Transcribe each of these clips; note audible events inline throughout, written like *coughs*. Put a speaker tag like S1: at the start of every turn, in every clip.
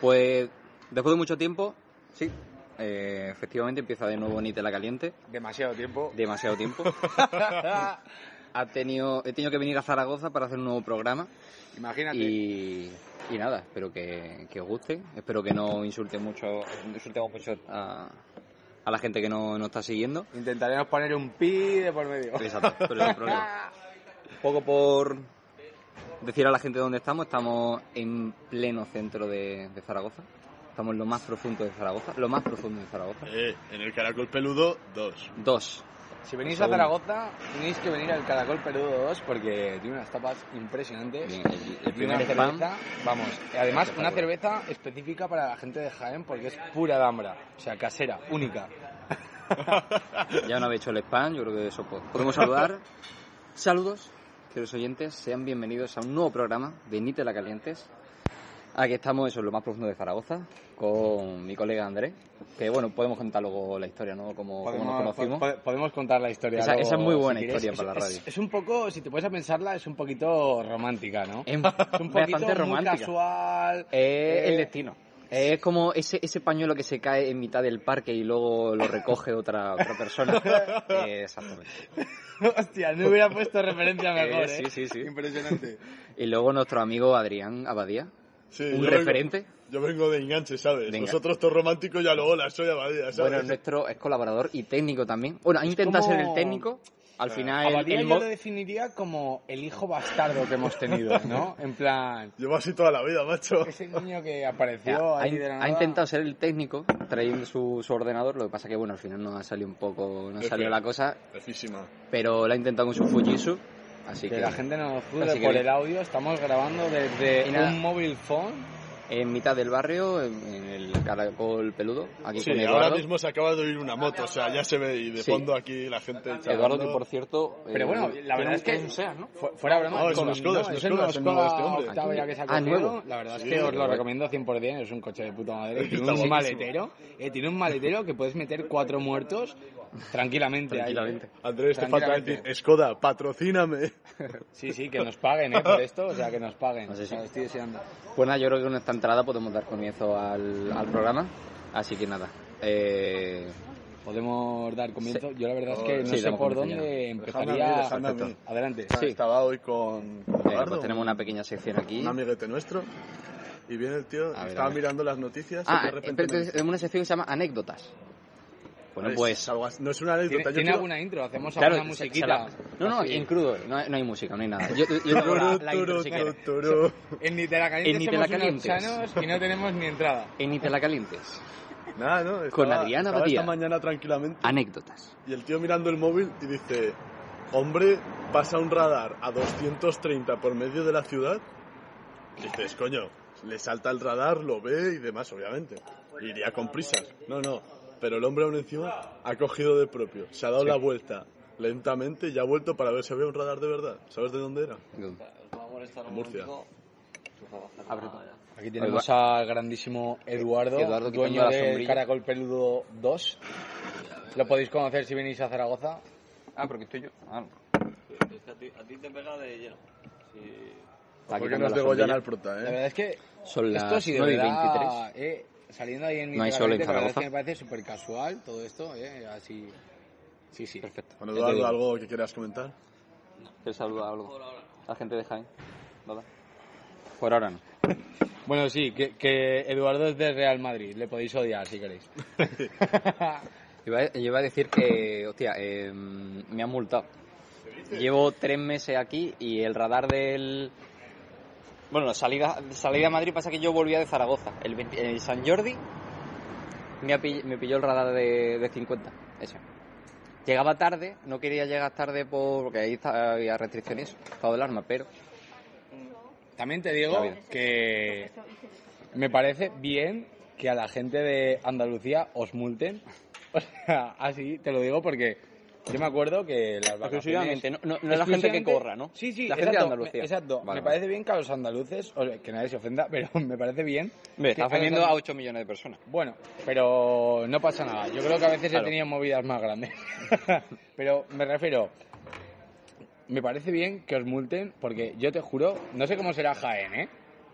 S1: Pues después de mucho tiempo, sí, eh, efectivamente empieza de nuevo ni la caliente.
S2: Demasiado tiempo.
S1: Demasiado tiempo. ha tenido, he tenido que venir a Zaragoza para hacer un nuevo programa.
S2: Imagínate.
S1: Y, y nada, espero que, que os guste. Espero que no insulte mucho, insultemos mucho a, a la gente que no nos está siguiendo.
S2: Intentaremos poner un pi de por medio.
S1: Exacto, pero no hay problema. Un poco por decir a la gente dónde estamos. Estamos en pleno centro de, de Zaragoza. Estamos en lo más profundo de Zaragoza. Lo más profundo de Zaragoza.
S3: Eh, en el caracol peludo, dos.
S1: Dos.
S2: Si venís
S1: Segundo.
S2: a Zaragoza, tenéis que venir al Caracol Peludo 2 porque tiene unas tapas impresionantes.
S1: Bien, el, el
S2: Y una
S1: primer spam.
S2: cerveza, vamos, además una cerveza específica para la gente de Jaén porque es pura alhambra, o sea, casera, única.
S1: Ya no habéis hecho el spam, yo creo que eso po-
S2: *laughs*
S1: podemos saludar. Saludos, queridos oyentes, sean bienvenidos a un nuevo programa de Nite la Calientes. Aquí estamos, eso, en lo más profundo de Zaragoza, con mi colega Andrés, que bueno, podemos contar luego la historia, ¿no? Como, nos conocimos.
S2: po- podemos contar la historia.
S1: Esa- esa es muy buena
S2: quieres.
S1: historia
S2: Es-
S1: para la
S2: es-
S1: radio.
S2: Es, un poco, si te puedes a pensarla, es un poquito romántica, ¿no?
S1: Es
S2: Es pues, *laughs* un poquito
S1: bastante
S2: muy
S1: romántica.
S2: casual.
S1: Es el
S2: eh,
S1: destino. Es como ese, ese pañuelo que se cae en mitad del parque y luego lo recoge otra, otra
S2: *laughs*
S1: persona. Eh, Exactamente.
S2: *laughs* Hostia, no hubiera puesto referencia mejor,
S1: Eh, *laughs* sí,
S2: ¿eh?
S1: sí, sí.
S3: Impresionante.
S1: Y luego nuestro amigo Adrián Abadía,
S3: *laughs* Sí,
S1: un
S3: yo
S1: referente.
S3: vengo- yo vengo de enganche, ¿sabes?
S1: De enganche.
S3: Vosotros todos románticos ya lo hola, soy Abadía, ¿sabes?
S1: Bueno, nuestro es colaborador y técnico también. Bueno, ha intentado
S2: como-
S1: ser el técnico. Al final, el-
S2: Abadía
S1: el
S2: yo
S1: mo-
S2: lo definiría como el hijo bastardo que hemos tenido,
S3: *laughs*
S2: ¿no? En plan,
S3: Llevo así toda la vida, macho.
S2: ese niño que
S1: Ya,
S2: apareció
S1: ha,
S2: ahí de la
S1: ha
S2: nada.
S1: intentado ser el técnico trayendo su, su ordenador. Lo que pasa que, bueno, al final no ha salido un poco, no ha
S3: Es
S1: salido
S3: que-
S1: la cosa.
S3: Perfísima.
S1: Pero lo ha intentado con su Fujitsu. Así
S2: que,
S1: que,
S2: la gente no nos juzgue
S1: ¿eh? Así que
S2: por
S1: bien.
S2: el audio, estamos grabando desde
S1: Y nada.
S2: un móvil phone.
S1: en mitad del barrio, en, en el caracol peludo, aquí
S3: Sí,
S1: con Eduardo.
S3: ahora mismo se acaba de oír una moto, o sea, ya se ve y de
S1: Sí.
S3: fondo aquí la gente.
S1: Eduardo, que
S3: charlando.
S1: por cierto.
S2: Pero bueno, la verdad es que
S1: Eh, un Seat, ¿no?
S2: fu- fuera broma,
S3: No, Oh, es
S2: con-
S3: un Skoda, es un
S2: el
S3: Skoda, es el nuevo de este hombre.
S2: Octavia que se ha
S1: Ah,
S2: cogido,
S1: nuevo.
S2: La verdad
S3: Sí,
S2: es que os lo
S3: nuevo.
S2: recomiendo 100%, es un coche de puta madre. Tiene
S3: Está
S2: un
S3: guapísimo.
S2: maletero, eh, tiene un maletero que puedes meter cuatro muertos tranquilamente. ahí.
S1: Tranquilamente.
S3: Andrés, te falta
S2: Tranquilamente.
S3: decir, Skoda, patrocíname.
S2: Sí, sí, que nos paguen, ¿eh? Por esto, o sea, que nos paguen.
S1: No sé si-
S2: O sea, estoy deseando.
S1: Pues nada, yo creo que con esta entrada podemos dar comienzo al, al programa. Así que nada. Eh,
S2: Podemos dar comienzo. Yo la verdad es que no
S1: Sí,
S2: sé
S1: damos
S2: por
S1: comienzo ya.
S2: dónde
S3: Dejadme
S2: empezaría.
S3: a mí, dejadme a mí.
S2: Perfecto. Adelante.
S3: O sea,
S1: Sí.
S3: Estaba hoy con, con
S1: eh,
S3: Eduardo,
S1: pues tenemos una pequeña sección aquí. Ah,
S3: un amiguete nuestro, y viene el tío,
S1: A ver, a
S3: estaba
S1: ver.
S3: mirando las noticias y
S1: Ah,
S3: de repente...
S1: pero es una sección que se llama anécdotas. Bueno,
S3: Es
S1: pues.
S3: algo así. No es una anécdota,
S2: ¿Tiene,
S3: yo
S2: tiene
S3: quiero-
S2: alguna intro? ¿Hacemos
S1: Claro,
S2: alguna
S1: se- se
S2: musiquita?
S1: la- no, no, aquí en crudo, no hay, no hay música, no hay nada.
S3: *laughs*
S1: Yo, yo- yo creo
S2: la-
S1: que-
S2: la intro,
S3: Turu,
S2: si quieres.
S3: turu, turu.
S2: En ni te la calientes
S1: En ni te
S2: somos
S1: la calientes.
S2: unos chanos y no tenemos ni entrada.
S1: en Ni te la calientes.
S3: Nada, ¿no? Estaba-
S1: Con Adriana
S3: estaba
S1: Badía.
S3: esta mañana tranquilamente
S1: Anécdotas.
S3: y el tío mirando el móvil y dice, hombre, pasa un radar a 230 por medio de la ciudad. Dices, coño, le salta el radar, lo ve y demás, obviamente. Iría con prisas. No, no. Pero el hombre aún encima ha cogido de propio. Se ha dado
S1: Sí.
S3: la vuelta lentamente y ha vuelto para ver si había un radar de verdad. ¿Sabes de dónde era? Murcia.
S1: Abre tú.
S2: Aquí tenemos al grandísimo Eduardo,
S1: Eduardo quitando
S2: dueño
S1: la
S2: de
S1: sombrilla.
S2: Caracol Peludo 2. Lo podéis conocer si venís a Zaragoza.
S1: Ah, porque estoy yo. Ah, no.
S4: Es que a ti, a ti te pega de lleno. Sí.
S1: Está
S3: Porque
S1: quitando
S3: nos
S1: la
S3: degollan
S1: sombrilla.
S3: al prota,
S2: La
S3: ¿eh?
S2: verdad es que
S1: Son las
S2: esto sí de
S1: 9 y
S2: verdad, eh, saliendo ahí en
S1: No hay
S2: Instagram,
S1: sol en
S2: la verdad es
S1: Zaragoza.
S2: que me parece súper casual todo esto, eh, así... Sí, sí.
S1: Perfecto.
S3: Bueno,
S1: Ya te
S3: Eduardo,
S1: digo.
S3: ¿algo que quieras comentar?
S1: ¿Quieres saludar algo? La gente de Jaén. Nada. Por ahora no.
S2: Bueno, sí, que, que Eduardo es de Real Madrid, le podéis odiar si queréis.
S1: Iba a, iba a decir que, hostia, eh, me han multado. Llevo tres meses aquí y el radar del... Bueno, la salida, salida a Madrid pasa que yo volvía de Zaragoza. El, 20 el San Jordi me, ha pill- me pilló el radar de, de 50. Ese. Llegaba tarde, no quería llegar tarde por, porque ahí está- había restricciones, estado de alarma, pero...
S2: También te digo
S1: Está bien.
S2: que Me parece bien que a la gente de Andalucía os multen. *laughs* O sea, así te lo digo porque yo me acuerdo que las vacaciones...
S1: Exclusivamente, no- no- no es la gente que corra, ¿no?
S2: Sí, sí,
S1: La gente de
S2: exacto,
S1: Andalucía.
S2: me- Exacto.
S1: Vale, vale.
S2: me parece bien que a los andaluces, o sea, que nadie se ofenda, *laughs* pero me parece bien...
S1: Hombre,
S2: que
S1: está
S2: los
S1: ofendiendo
S2: andal-
S1: a 8 millones de personas.
S2: bueno, pero no pasa nada. Yo creo que a veces
S1: Claro.
S2: he tenido movidas más grandes. *laughs* pero me refiero, me parece bien que os multen, porque yo te juro, no sé cómo será Jaén, ¿eh?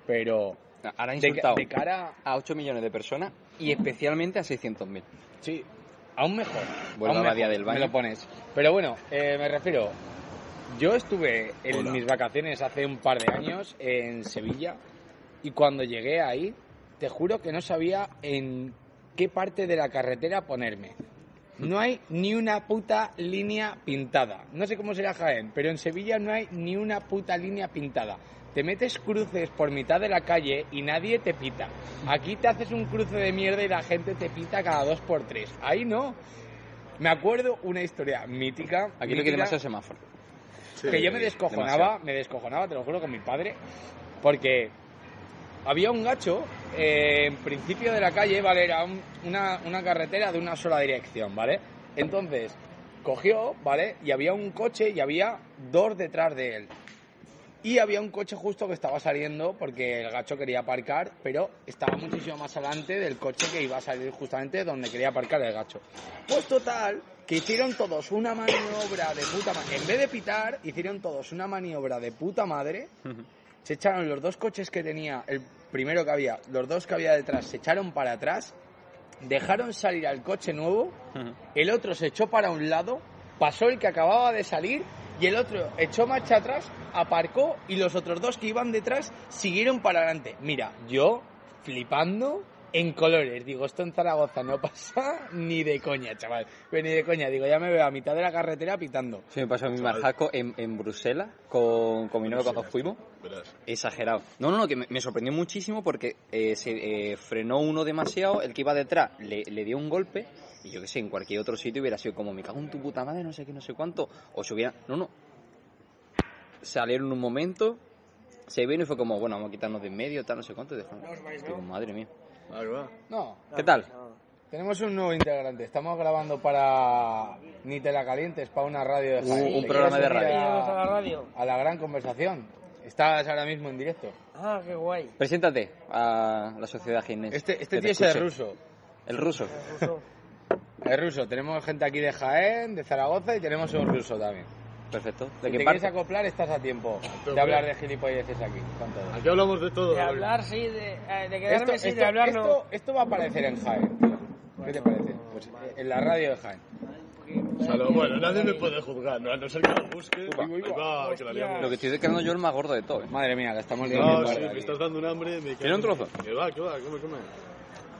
S2: Pero
S1: Ahora
S2: de,
S1: insultado
S2: de cara,
S1: a 8 millones de personas y especialmente a 600.000.
S2: sí, aún mejor.
S1: Vuelvo
S2: aún
S1: a Abadía
S2: mejor,
S1: del Baño.
S2: Me lo pones. Pero bueno, eh, me refiero, yo estuve en
S3: Hola.
S2: mis vacaciones hace un par de años en Sevilla y cuando llegué ahí, te juro que no sabía en qué parte de la carretera ponerme. No hay ni una puta línea pintada. No sé cómo será Jaén, pero en Sevilla no hay ni una puta línea pintada. Te metes cruces por mitad de la calle y nadie te pita. Aquí te haces un cruce de mierda y la gente te pita cada dos por tres. Ahí no. Me acuerdo una historia mítica.
S1: Aquí no
S2: mítica,
S1: quiere más el semáforo.
S2: que yo me descojonaba,
S1: demasiado.
S2: me descojonaba, te lo juro, con mi padre, porque había un gacho eh, en principio de la calle, ¿vale? Era un- una, una carretera de una sola dirección, ¿vale? Entonces, cogió, ¿vale? Y había un coche y había dos detrás de él. Y había un coche justo que estaba saliendo porque el gacho quería aparcar, pero estaba muchísimo más adelante del coche que iba a salir justamente donde quería aparcar el gacho. Pues total, que hicieron todos una maniobra de puta madre. En vez de pitar, hicieron todos una maniobra de puta madre. Se echaron los dos coches que tenía, el primero que había, los dos que había detrás, se echaron para atrás, dejaron salir al coche nuevo el otro se echó para un lado, pasó el que acababa de salir y el otro echó marcha atrás, aparcó y los otros dos que iban detrás siguieron para adelante. Mira, yo flipando en colores, digo, esto en Zaragoza no *laughs* pasa ni de coña, chaval, pero ni de coña, digo, ya me veo a mitad de la carretera pitando.
S1: Se me pasó mi
S3: Chaval.
S1: marjaco en, en Bruselas con, con mi novia cuando
S3: Bruselas.
S1: fuimos.
S3: Verás.
S1: Exagerado. No, no, no, que me, me sorprendió muchísimo porque eh, se eh, frenó uno demasiado, el que iba detrás le, le dio un golpe y yo qué sé, en cualquier otro sitio hubiera sido como me cago en tu puta madre, no sé qué, no sé cuánto. O se hubiera... No, no. Salieron un momento, se vino y fue como, bueno, vamos a quitarnos de en medio, tal, no sé cuánto. Y dejaron... Digo, madre mía.
S3: Ahí va.
S2: No,
S1: ¿Qué tal?
S2: tenemos un nuevo integrante, estamos grabando para Ni te la calientes, para una radio de
S1: Un-
S2: Jaén.
S1: un
S2: ¿Te
S1: programa
S2: quieres
S1: de
S2: unir
S1: radio.
S5: Llegamos a la radio.
S2: a la gran conversación. Estás ahora mismo en directo.
S5: Ah, qué
S1: *laughs*
S5: guay.
S1: Preséntate a la sociedad ginés.
S2: Este,
S1: que
S2: este
S1: te
S2: tío es el
S1: escuche.
S2: ruso.
S1: El ruso.
S5: Ruso.
S2: Es ruso, Eh, tenemos gente aquí de Jaén, de Zaragoza y tenemos un ruso también.
S1: Perfecto. ¿De
S2: Si
S1: qué
S2: te
S1: parte?
S2: quieres acoplar, estás a tiempo de
S3: Acoplar.
S2: hablar de gilipolleces aquí con todos.
S3: Aquí hablamos de todo.
S5: De
S3: Gabriel.
S5: hablar sí, de, eh, de
S2: Esto,
S5: quedarme sí,
S2: esto-
S5: de hablar
S2: esto- esto va a aparecer en Jaén, tío. ¿Qué te parece? Pues, en la radio de Jaén.
S3: O sea, lo- bueno, nadie me puede juzgar, ¿no? a no ser que lo busque.
S2: Upa.
S3: Ahí va, que la liamos.
S1: Lo que estoy declarando yo es el más gordo de todo. ¿eh?
S2: Madre mía, la estamos
S3: No,
S2: liando.
S3: sí,
S2: parda
S3: me
S2: aquí.
S3: estás dando un hambre. Me
S1: ¿Tiene un trozo?
S3: Que va, que va, come, come.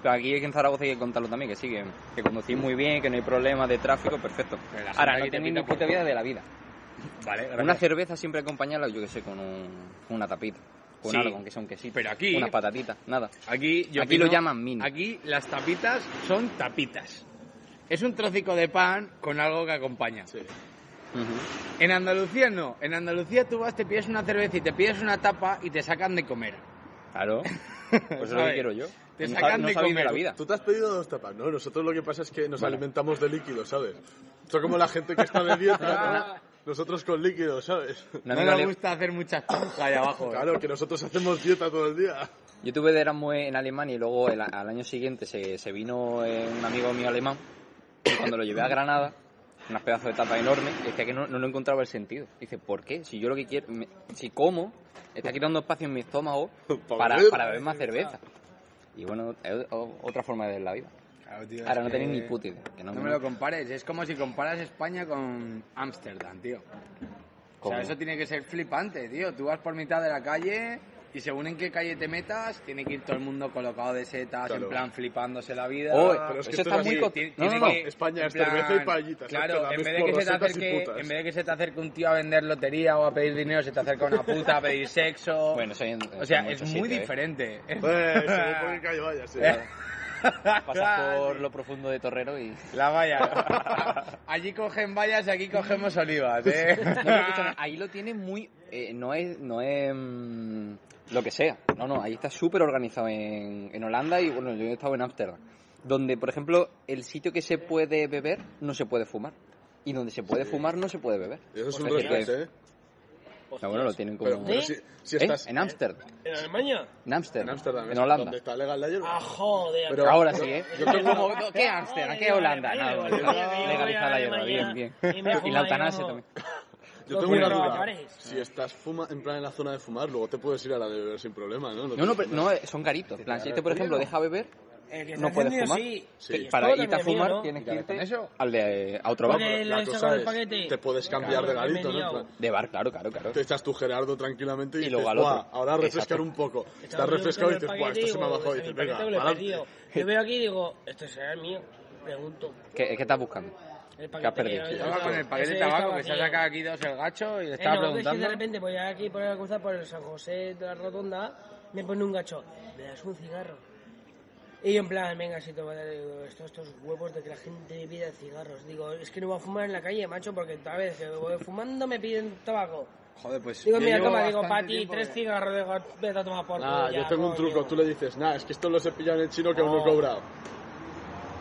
S1: Pero aquí en Zaragoza hay que contarlo también, que sí, que, que conducís muy bien, que no hay problemas de tráfico, perfecto.
S2: Pero la gente
S1: Ahora,
S2: aquí
S1: no
S2: te
S1: tenéis
S2: pinta
S1: ni puta vida de la vida.
S2: Vale,
S1: Una
S2: gracias.
S1: cerveza siempre acompañarla, yo que sé, con un- con una tapita, con
S2: Sí.
S1: algo, aunque sea un quesito.
S2: Pero aquí-
S1: Unas patatitas, nada.
S2: Aquí, yo
S1: Aquí lo
S2: opino-
S1: llaman mini.
S2: Aquí las tapitas son tapitas. Es un trocico de pan con algo que acompaña.
S3: Sí.
S1: Ujú.
S2: En Andalucía no. En Andalucía tú vas, te pides una cerveza y te pides una tapa y te sacan de comer. *laughs*
S1: Claro. Pues eso es lo que
S2: ¿Sabes?
S1: quiero yo.
S2: Te
S1: No
S2: sacan
S1: sab- no
S2: de
S1: sabéis
S2: comer.
S1: la vida.
S3: Tú te has pedido dos tapas, ¿no? Nosotros lo que pasa es que nos
S1: Vale.
S3: alimentamos de líquido, ¿sabes? Son como la gente que está de dieta, ¿no? Nosotros con líquido, ¿sabes?
S1: Un
S2: no
S1: amigo
S2: me
S1: ale-
S2: gusta hacer muchas cosas ahí abajo. *laughs* ¿eh?
S3: Claro, que nosotros hacemos dieta todo el día.
S1: Yo tuve de Erasmus en Alemania y luego el- al año siguiente se, se vino eh, un amigo mío alemán y cuando lo llevé a Granada, unas pedazos de tapa enorme, decía que no, no, lo encontraba el sentido. Dice, ¿por qué? Si yo lo que quiero, me- si como, está quitando espacio en mi
S2: *laughs*
S1: estómago para,
S3: beber.
S1: para beber más cerveza. Y bueno, es o- otra forma de ver la vida.
S2: Claro, tío, es
S1: Ahora no
S2: que-
S1: tenéis ni puta idea. Que no,
S2: No me lo compares, es como si comparas España con Ámsterdam, tío. O
S1: ¿Cómo?
S2: sea, eso tiene que ser flipante, tío. Tú vas por mitad de la calle y según en qué calle te metas, tiene que ir todo el mundo colocado de setas,
S3: Claro.
S2: en plan flipándose la vida.
S1: Oh,
S3: pero es que
S1: eso
S3: esto
S1: está
S3: es
S1: muy
S3: así.
S1: cot-
S2: Tiene-
S1: No,
S2: tiene
S1: no, no.
S2: que-
S3: España
S2: en
S3: es cerveza y paellitas, ¿no? Te
S2: Claro,
S3: la
S2: en vez, de que
S3: mezclo
S2: se te
S3: rosetas y
S2: acerque,
S3: putas.
S2: en vez de que se te acerque un tío a vender lotería o a pedir dinero, se te acerca una puta a pedir sexo.
S1: Bueno, eso hay en-
S2: o sea,
S1: en
S2: es
S1: muchos
S2: muy
S1: sitios, ¿eh?
S3: Pues,
S2: diferente.
S3: Eh, según por qué calle vayas, sí.
S1: Pasas por lo profundo de Torrero y...
S2: La valla. *laughs* Allí cogen vallas y aquí cogemos olivas, ¿eh?
S1: No, pero escúchame, ahí lo tiene muy... eh, no es, no es mm, lo que sea. No, no, ahí está súper organizado en, en Holanda y bueno, yo he estado en Ámsterdam. Donde, por ejemplo, el sitio que se puede beber no se puede fumar. Y donde se puede fumar no se puede beber.
S3: Eso es
S1: O
S3: un
S1: sea, que-
S3: respeto, ¿eh?
S1: No, bueno, lo tienen como...
S3: Pero, pero si, si
S1: ¿Eh?
S3: estás
S1: En Ámsterdam.
S4: ¿En Alemania?
S1: En Ámsterdam.
S3: en Ámsterdam,
S1: En
S3: es
S1: Holanda.
S3: donde está legal la hierba.
S4: ¡Ah, joder!
S3: Pero-
S1: Ahora sí, ¿eh? *laughs*
S3: Yo creo
S1: Como-
S4: que-
S1: ¿Qué Ámsterdam? ¿Qué Holanda?
S4: Alemania,
S1: No,
S4: Alemania, Alemania,
S1: legalizada la hierba, bien,
S4: Alemania.
S1: bien.
S4: Y me
S1: Y la
S4: fuma,
S1: eutanasia
S4: digamos.
S1: también.
S3: Yo tengo una
S4: Pero-
S3: duda.
S4: Pero-
S3: Si estás fuma, en plan en la zona de fumar, luego te puedes ir a la de beber sin problema, ¿no?
S1: No, no,
S3: tienes
S1: pero,
S3: problema.
S1: no, eh, son caritos. En plan, si este, por ejemplo, deja beber,
S4: El Eh, que está
S1: no puedes
S4: encendido,
S1: fumar.
S4: sí.
S3: Sí.
S4: Que
S1: Para
S4: esto
S1: irte a
S4: también,
S1: fumar,
S4: ¿no?
S1: tienes
S2: ¿Y ya
S1: que
S2: con
S1: irte
S2: eso?
S1: al de, eh, a otro bar.
S4: Porque- lo
S3: La
S4: he hecho
S3: cosa
S4: con el
S3: es,
S4: paquete.
S3: te puedes cambiar de
S4: Cabrón, me
S3: garito,
S4: he
S3: ¿no? En
S4: liado.
S3: plan,
S1: De bar, claro, claro, claro.
S3: Te estás tu Gerardo tranquilamente y,
S1: Y luego
S3: dices,
S1: al
S3: "Buah,
S1: otro".
S3: ahora a refrescar
S1: Exacto.
S3: un poco. Estás
S4: Estaba
S3: refrescado y
S4: yo
S3: dices,
S4: con el
S3: "Buah, esto
S4: paquete,
S3: se me ha
S4: digo,
S3: bajado. Y
S4: "Este
S3: dices, venga,
S4: paquete lo he
S3: pa'lante".
S4: perdido". Yo veo aquí y digo, esto será el mío. Pregunto.
S1: ¿Qué, qué estás buscando?
S4: El
S1: ¿Qué has
S4: paquete que
S1: perdido?
S4: había
S2: Estaba con el paquete de
S4: Ese
S2: tabaco que se ha
S4: estaba vacío.
S2: sacado aquí dos el gacho y le
S4: Eh,
S2: estaba
S4: no, es que
S2: preguntando.
S4: de repente voy aquí por la cruzada por el San José de la Rotonda, me pone un gacho, me das un cigarro. Y yo en plan, venga, si te voy a dar digo, estos, estos huevos de que la gente pide cigarros. Digo, es que no voy a fumar en la calle, macho, porque tal vez que voy fumando me piden tabaco.
S2: Joder, pues.
S4: Digo,
S2: yo
S4: mira,
S2: llevo
S4: toma, digo,
S2: bastante
S4: para ti,
S2: tiempo
S4: tres
S2: de-
S4: cigarros, digo, vete a tomar por
S1: Ah,
S3: Nah,
S4: culo ya,
S3: yo tengo un
S4: coño.
S3: truco. Tú le dices, nah, es que esto los he pillado en el chino que aún no he
S1: Oh.
S4: No.
S3: cobrado.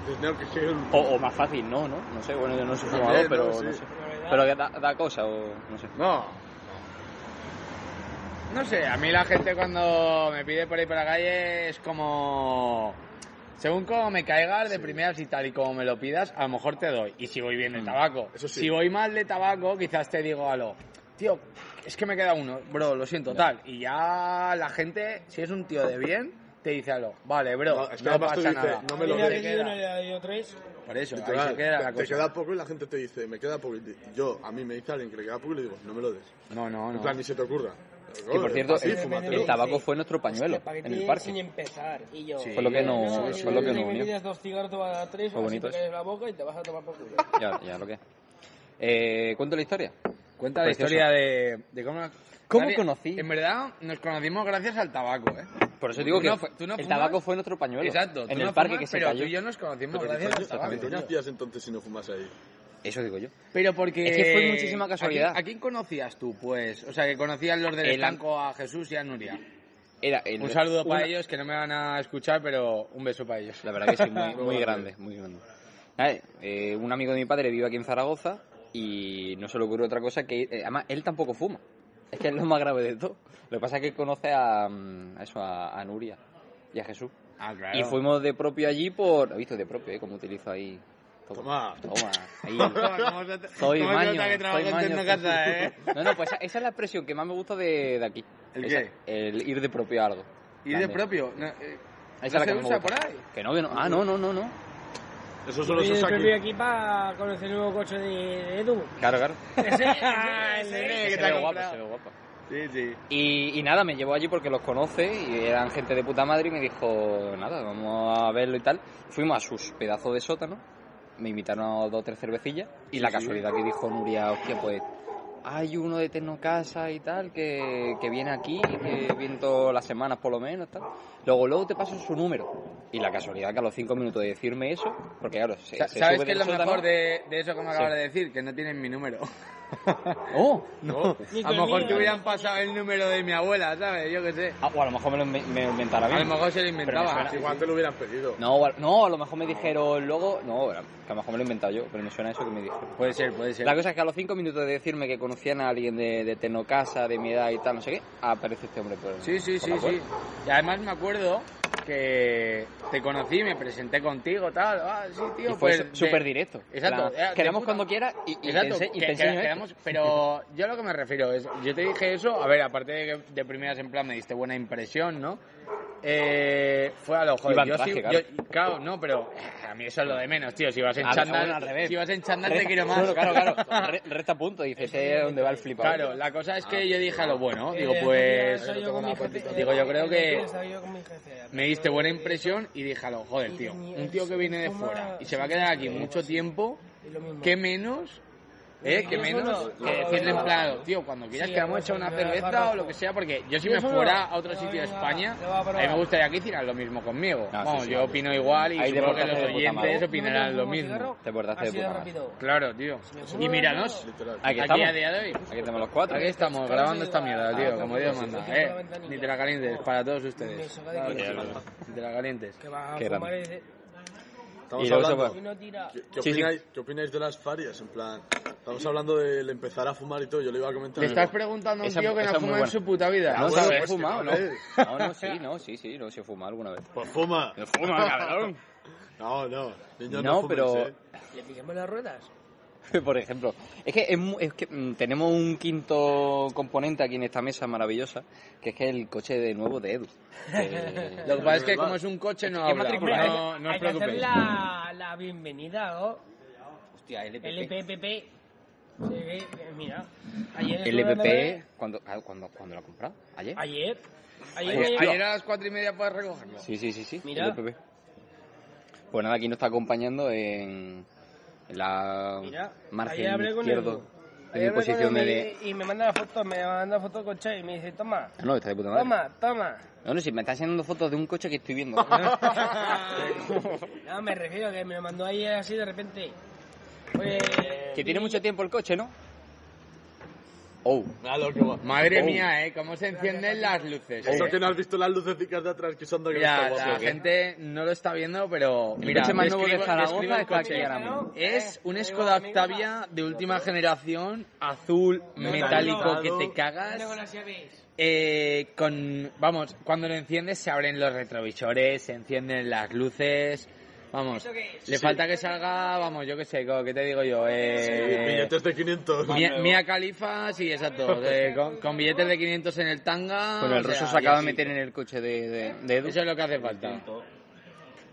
S3: Dices, no, que es que un-
S1: O, o más fácil, no, ¿no? No sé, bueno, yo no soy fumador,
S3: También,
S1: pero
S3: no,
S1: no,
S3: sí.
S1: sé.
S4: Pero, ¿verdad?
S1: Pero que da, da cosa o no sé.
S2: No. No sé, a mí la gente cuando me pide por ahí por la calle es como... Según como me caigas de primeras y tal y como me lo pidas, a lo mejor te doy. Y si voy bien de tabaco.
S3: Mm. Eso sí.
S2: Si voy mal de tabaco, quizás te digo algo. Tío, es que me queda uno. Bro, lo siento, tal. Y ya la gente, si es un tío de bien, te dice algo. Vale, bro,
S3: No,
S2: no,
S3: es que además tú
S2: pasa
S3: dices,
S2: nada.
S3: no me lo
S2: Y
S4: Mira,
S2: te
S3: des.
S4: que yo
S2: queda.
S4: no le he dado yo tres.
S2: Por eso, ahí
S3: Literal,
S2: se queda la
S3: te, te
S2: cosa.
S3: queda poco y la gente te dice, me queda poco. Y di- Yo, a mí me dice alguien que le queda poco y le digo, no me lo des.
S2: No, no,
S3: En plan,
S2: no.
S3: ni se te ocurra.
S1: Que por cierto,
S3: Así,
S1: el,
S3: fúmatelo.
S1: el tabaco fue nuestro pañuelo
S4: Hostia, paquete
S1: en el parque.
S4: sin empezar. Y yo...
S2: Sí.
S1: Fue lo que no,
S4: si
S1: fue lo que
S4: me
S1: no unió.
S4: pides dos cigarros, te vas a dar tres,
S1: Fue
S4: ahora sí
S1: bonito
S4: te
S1: eso.
S4: calles la boca y te vas a tomar por culo.
S1: Ya, ya lo que es. Eh, ¿Cuento la historia?
S2: Cuenta la
S1: Precioso.
S2: historia de, de cómo...
S1: ¿Cómo
S2: Nadie-
S1: conocí?
S2: En verdad, nos conocimos gracias al tabaco, ¿eh?
S1: Por eso
S2: Tú
S1: digo que
S2: no fu- tú no
S1: el
S2: fumas.
S1: tabaco fue nuestro pañuelo.
S2: Exacto. tú
S1: En el
S2: no
S1: parque
S2: fumas,
S1: que se
S2: pero
S1: cayó.
S2: tú y yo nos conocimos
S3: Pero ¿qué
S2: gracias al
S3: coño-
S2: tabaco.
S3: ¿Qué hacías entonces si no fumas ahí?
S1: Eso digo yo.
S2: Pero porque...
S1: Es que fue muchísima casualidad.
S2: ¿A quién, a quién conocías tú, pues? O sea, que conocías los del
S1: El-
S2: estanco a Jesús y a Nuria.
S1: Era el-
S2: Un saludo para
S1: una-
S2: ellos, que no me van a escuchar, pero un beso para ellos.
S1: La verdad que sí,
S2: *laughs*
S1: muy, muy grande, muy grande. Nada, eh, un amigo de mi padre vive aquí en Zaragoza y no se le ocurre otra cosa que... eh, además, él tampoco fuma. Es que es lo más grave de todo. Lo que pasa es que conoce a, mm, a eso, a, a Nuria y a Jesús.
S2: Ah, claro.
S1: Y fuimos de propio allí por... ¿Has visto? De propio, ¿eh? Como utilizo ahí...
S3: Toma.
S1: Toma. Ahí.
S2: *laughs* ¿Cómo se-
S1: Soy
S2: cómo se
S1: maño,
S2: nota que trabajo
S1: soy
S2: en
S1: maño.
S2: Tecno Casa, ¿eh?
S1: No, no, pues esa, esa es la expresión que más me gusta de, de aquí.
S2: ¿El
S1: Esa-
S2: qué?
S1: El ir de propio a algo.
S2: Y de
S1: Grande.
S2: propio. No, eh,
S1: Esa es
S2: ¿no
S1: la
S2: se
S1: que más me
S2: usa
S1: gusta.
S2: por ahí?
S1: Que no, que no. Ah, no, no, no, no.
S3: Eso
S4: Yo
S3: solo se
S4: el
S3: saca.
S4: propio aquí para conocer el nuevo coche de, de
S2: *laughs*
S4: Edu.
S1: Claro, claro.
S4: Ese,
S2: Ah, el nene
S4: ese,
S2: que
S1: Se
S4: ese.
S2: te ha
S1: ve guapo,
S2: comprado.
S1: se ve guapo.
S2: Sí, sí.
S1: Y, y nada, me llevó allí porque los conoce y eran gente de puta madre y me dijo, nada, vamos a verlo y tal. Fuimos a sus pedazos de sótano, me invitaron a dos o tres cervecillas y la casualidad que dijo Nuria, hostia, pues hay uno de Tecnocasa y tal que, que viene aquí, que viene todas las semanas por lo menos, tal. Luego, luego te paso su número. Y la casualidad que a los cinco minutos de decirme eso, porque claro, se,
S2: Sa-
S1: se
S2: ¿Sabes
S1: sube
S2: qué es
S1: del
S2: lo mejor
S1: sótano.
S2: de, de eso que me acabas
S1: Sí.
S2: de decir? Que no tienen mi número.
S1: ¡Oh!
S3: No,
S4: Ni
S2: A
S4: con
S2: lo mejor
S4: mí,
S2: te
S4: ¿no?
S2: hubieran pasado el número de mi abuela, ¿sabes? Yo qué sé.
S1: Ah, o a lo mejor me lo, inven- me lo inventara
S2: A
S1: bien.
S2: lo mejor se lo
S1: Pero
S2: inventaba.
S1: me
S3: igual te lo hubieran pedido.
S1: No, o a- no, a lo mejor me dijeron luego. No, bueno, que a lo mejor me lo he inventado yo, pero me suena eso que me dijeron.
S2: Puede ser, puede ser.
S1: La cosa es que a los cinco minutos de decirme que conocían a alguien de, de Tenocasa, de mi edad y tal, no sé qué, aparece este hombre por
S2: Sí,
S1: por
S2: sí, sí,
S1: la
S2: sí.
S1: puerta.
S2: Y además me acuerdo que te conocí, me presenté contigo, tal. Ah, sí, tío.
S1: Y fue
S2: pues,
S1: su- súper directo.
S2: Exacto,
S1: En plan,
S2: era de
S1: quedamos
S2: puta-
S1: cuando quieras y, y
S2: Exacto,
S1: te, ense- y
S2: que-
S1: te
S2: que-
S1: enseño
S2: quedamos-
S1: *laughs* esto.
S2: pero yo lo que me refiero es, yo te dije eso, a ver, aparte de que de primeras en plan me diste buena impresión, ¿no? Eh, fue a lo joder,
S1: Iba en
S2: yo
S1: traje,
S2: sí-
S1: claro.
S2: yo- claro, no, pero eh, a mí eso es lo de menos, tío, si vas en
S1: Ah,
S2: chándal,
S1: bueno, al revés.
S2: si vas en chándal te
S1: Resta-
S2: quiero más.
S1: Claro, claro,
S2: *laughs*
S1: claro. Re- resta punto, dices, es donde va el flipado.
S2: Claro, la cosa es
S1: Ah.
S2: que yo dije a lo bueno, digo,
S4: Eh,
S2: pues...
S4: yo con mi jefe-
S2: Digo, yo creo que-
S4: eh, yo con mi jefe.
S2: Me diste buena impresión y dije a lo joder, tío. Un tío que viene de fuera y se va a quedar aquí mucho tiempo,
S4: Y lo mismo.
S2: ¿qué menos Eh, que
S4: Yo
S2: menos
S4: solo-
S2: que decirle en plan, tío, cuando quieras
S4: Sí,
S2: quedamos
S4: vamos
S2: hecha
S4: a
S2: una
S4: ver,
S2: cerveza
S4: parroco.
S2: o lo que sea, porque yo si
S4: Yo
S2: me
S4: solo-
S2: fuera a otro
S4: Yo
S2: sitio de
S4: venga,
S2: España,
S4: lo voy a
S2: a mí
S4: probar.
S2: me gustaría que hicieran lo mismo conmigo.
S1: Ah, sí,
S2: Vamos,
S1: sí,
S2: yo
S1: sí.
S2: opino igual y
S1: Ahí te
S2: supongo que
S1: portaste
S2: los
S1: de puta madre.
S2: oyentes
S1: Yo
S2: opinarán lo mismo.
S1: Te portaste de
S4: Así de
S1: puta madre.
S4: rápido.
S2: Claro, tío.
S4: fumo
S2: Y
S4: la
S2: míranos,
S4: mano.
S3: Literal.
S1: Aquí
S2: aquí
S1: estamos.
S2: a día de hoy.
S1: Aquí tenemos los cuatro.
S2: Aquí estamos
S4: Claro,
S2: grabando
S4: sí,
S2: esta
S4: va.
S2: mierda,
S4: Ah,
S2: tío,
S4: pues
S2: como
S4: sí,
S2: Dios
S4: sí,
S2: manda.
S4: sí, por la
S2: Eh,
S4: ventanilla.
S2: ni te la calientes, para todos ustedes.
S4: Eso, cada
S3: quien
S2: Dale,
S3: quiera.
S2: Ni te la calientes.
S4: Que va a
S1: Qué
S4: fumar
S1: grande.
S4: y dice,
S3: Estamos
S1: Y luego se
S3: hablando-
S1: fue.
S4: y no tira.
S3: ¿Qué, qué
S1: Sí, sí.
S3: opináis, qué opináis de las farias? En plan, estamos hablando del empezar a fumar y todo. Yo le iba a comentar.
S2: Te estás preguntando a un
S1: Esa-
S2: tío que
S1: esa
S2: no
S1: es muy
S2: fuma en
S1: buena.
S2: su puta vida.
S3: Ya,
S1: No
S3: bueno,
S1: sabes,
S3: pues
S1: he fumado, ¿no?
S3: que no
S1: No, no, sí, no, sí, sí, no, sí he fumado alguna vez.
S3: Pues fuma.
S2: Fuma, cabrón.
S3: No, no. Niños,
S1: No,
S3: no, fuméis,
S1: pero-
S3: ¿eh?
S4: Le pillamos las ruedas.
S1: *laughs* Por ejemplo, es que, es mu- es que, mm, tenemos un quinto componente aquí en esta mesa maravillosa, que es que el coche de nuevo de Edu. Que-
S2: Lo que pasa es que
S3: Normal.
S2: como es un coche no
S1: que
S2: habla.
S1: matrícula,
S2: No-
S1: ¿eh?
S2: no os
S4: Hay que hacer
S2: preocupéis.
S4: la, la bienvenida, ¿no?
S1: Hostia, LPP.
S4: LPPP. Se ve, eh, mira. Ayer estuve dándole-
S1: LPP, ¿cuándo, ah, cuándo, cuándo lo has comprado? ¿Ayer?
S4: Ayer. Ayer,
S1: Ayer-
S4: ayer-
S2: Ayer a las cuatro y media puedes recogerlo.
S1: Sí, sí, sí, sí.
S4: Mira.
S1: LPP. Pues nada, aquí nos está acompañando en la
S4: Mira, ayer
S1: margen
S4: hablé con
S1: izquierdo
S4: Edu.
S1: de
S4: Ayer
S1: mi
S4: hablé con
S1: posición
S4: él
S1: de...
S4: y, y me manda fotos, me manda fotos con Che y me dice, toma,
S1: Ah, No, está de puta madre.
S4: toma,
S1: *laughs*
S4: toma.
S1: No, no, si me está enseñando fotos de un coche que estoy
S4: *laughs*
S1: viendo.
S4: No, me refiero que me lo mandó ayer así de repente. Oye,
S1: que tiene mucho tiempo el coche, ¿no? Oh.
S3: Ah, lo que va.
S2: Madre
S1: Oh.
S2: mía, ¿eh? Cómo se encienden las luces.
S3: Eso
S2: eh.
S3: que no has visto las lucecicas de atrás que son de que no
S2: Mira,
S3: está guapo,
S2: la
S3: ¿qué?
S2: gente no lo está viendo, pero...
S1: El
S2: Mira,
S1: coche más nuevo de
S2: describo-
S1: Zaragoza
S2: describo el
S1: está
S2: coche.
S1: aquí ahora mismo.
S2: Es un
S4: Eh,
S2: Skoda
S4: amigo, amigo,
S2: Octavia de última generación, azul, metálico, que te cagas.
S4: dale con las llaves.
S2: Eh, con, vamos, cuando lo enciendes se abren los retrovisores, se encienden las luces. Vamos,
S4: ¿Eso qué es?
S2: le falta que salga, vamos, yo qué sé, co- ¿qué te digo yo? Eh,
S3: Billetes de 500.
S2: Mía, Mía Khalifa, sí, exacto. eh, con, con billetes de 500 en el
S4: Ah,
S2: tanga.
S1: Bueno, el
S2: o sea,
S1: ruso se acaba de
S2: y así.
S1: meter en el coche de, de, de Edu.
S2: Eso es lo que hace falta.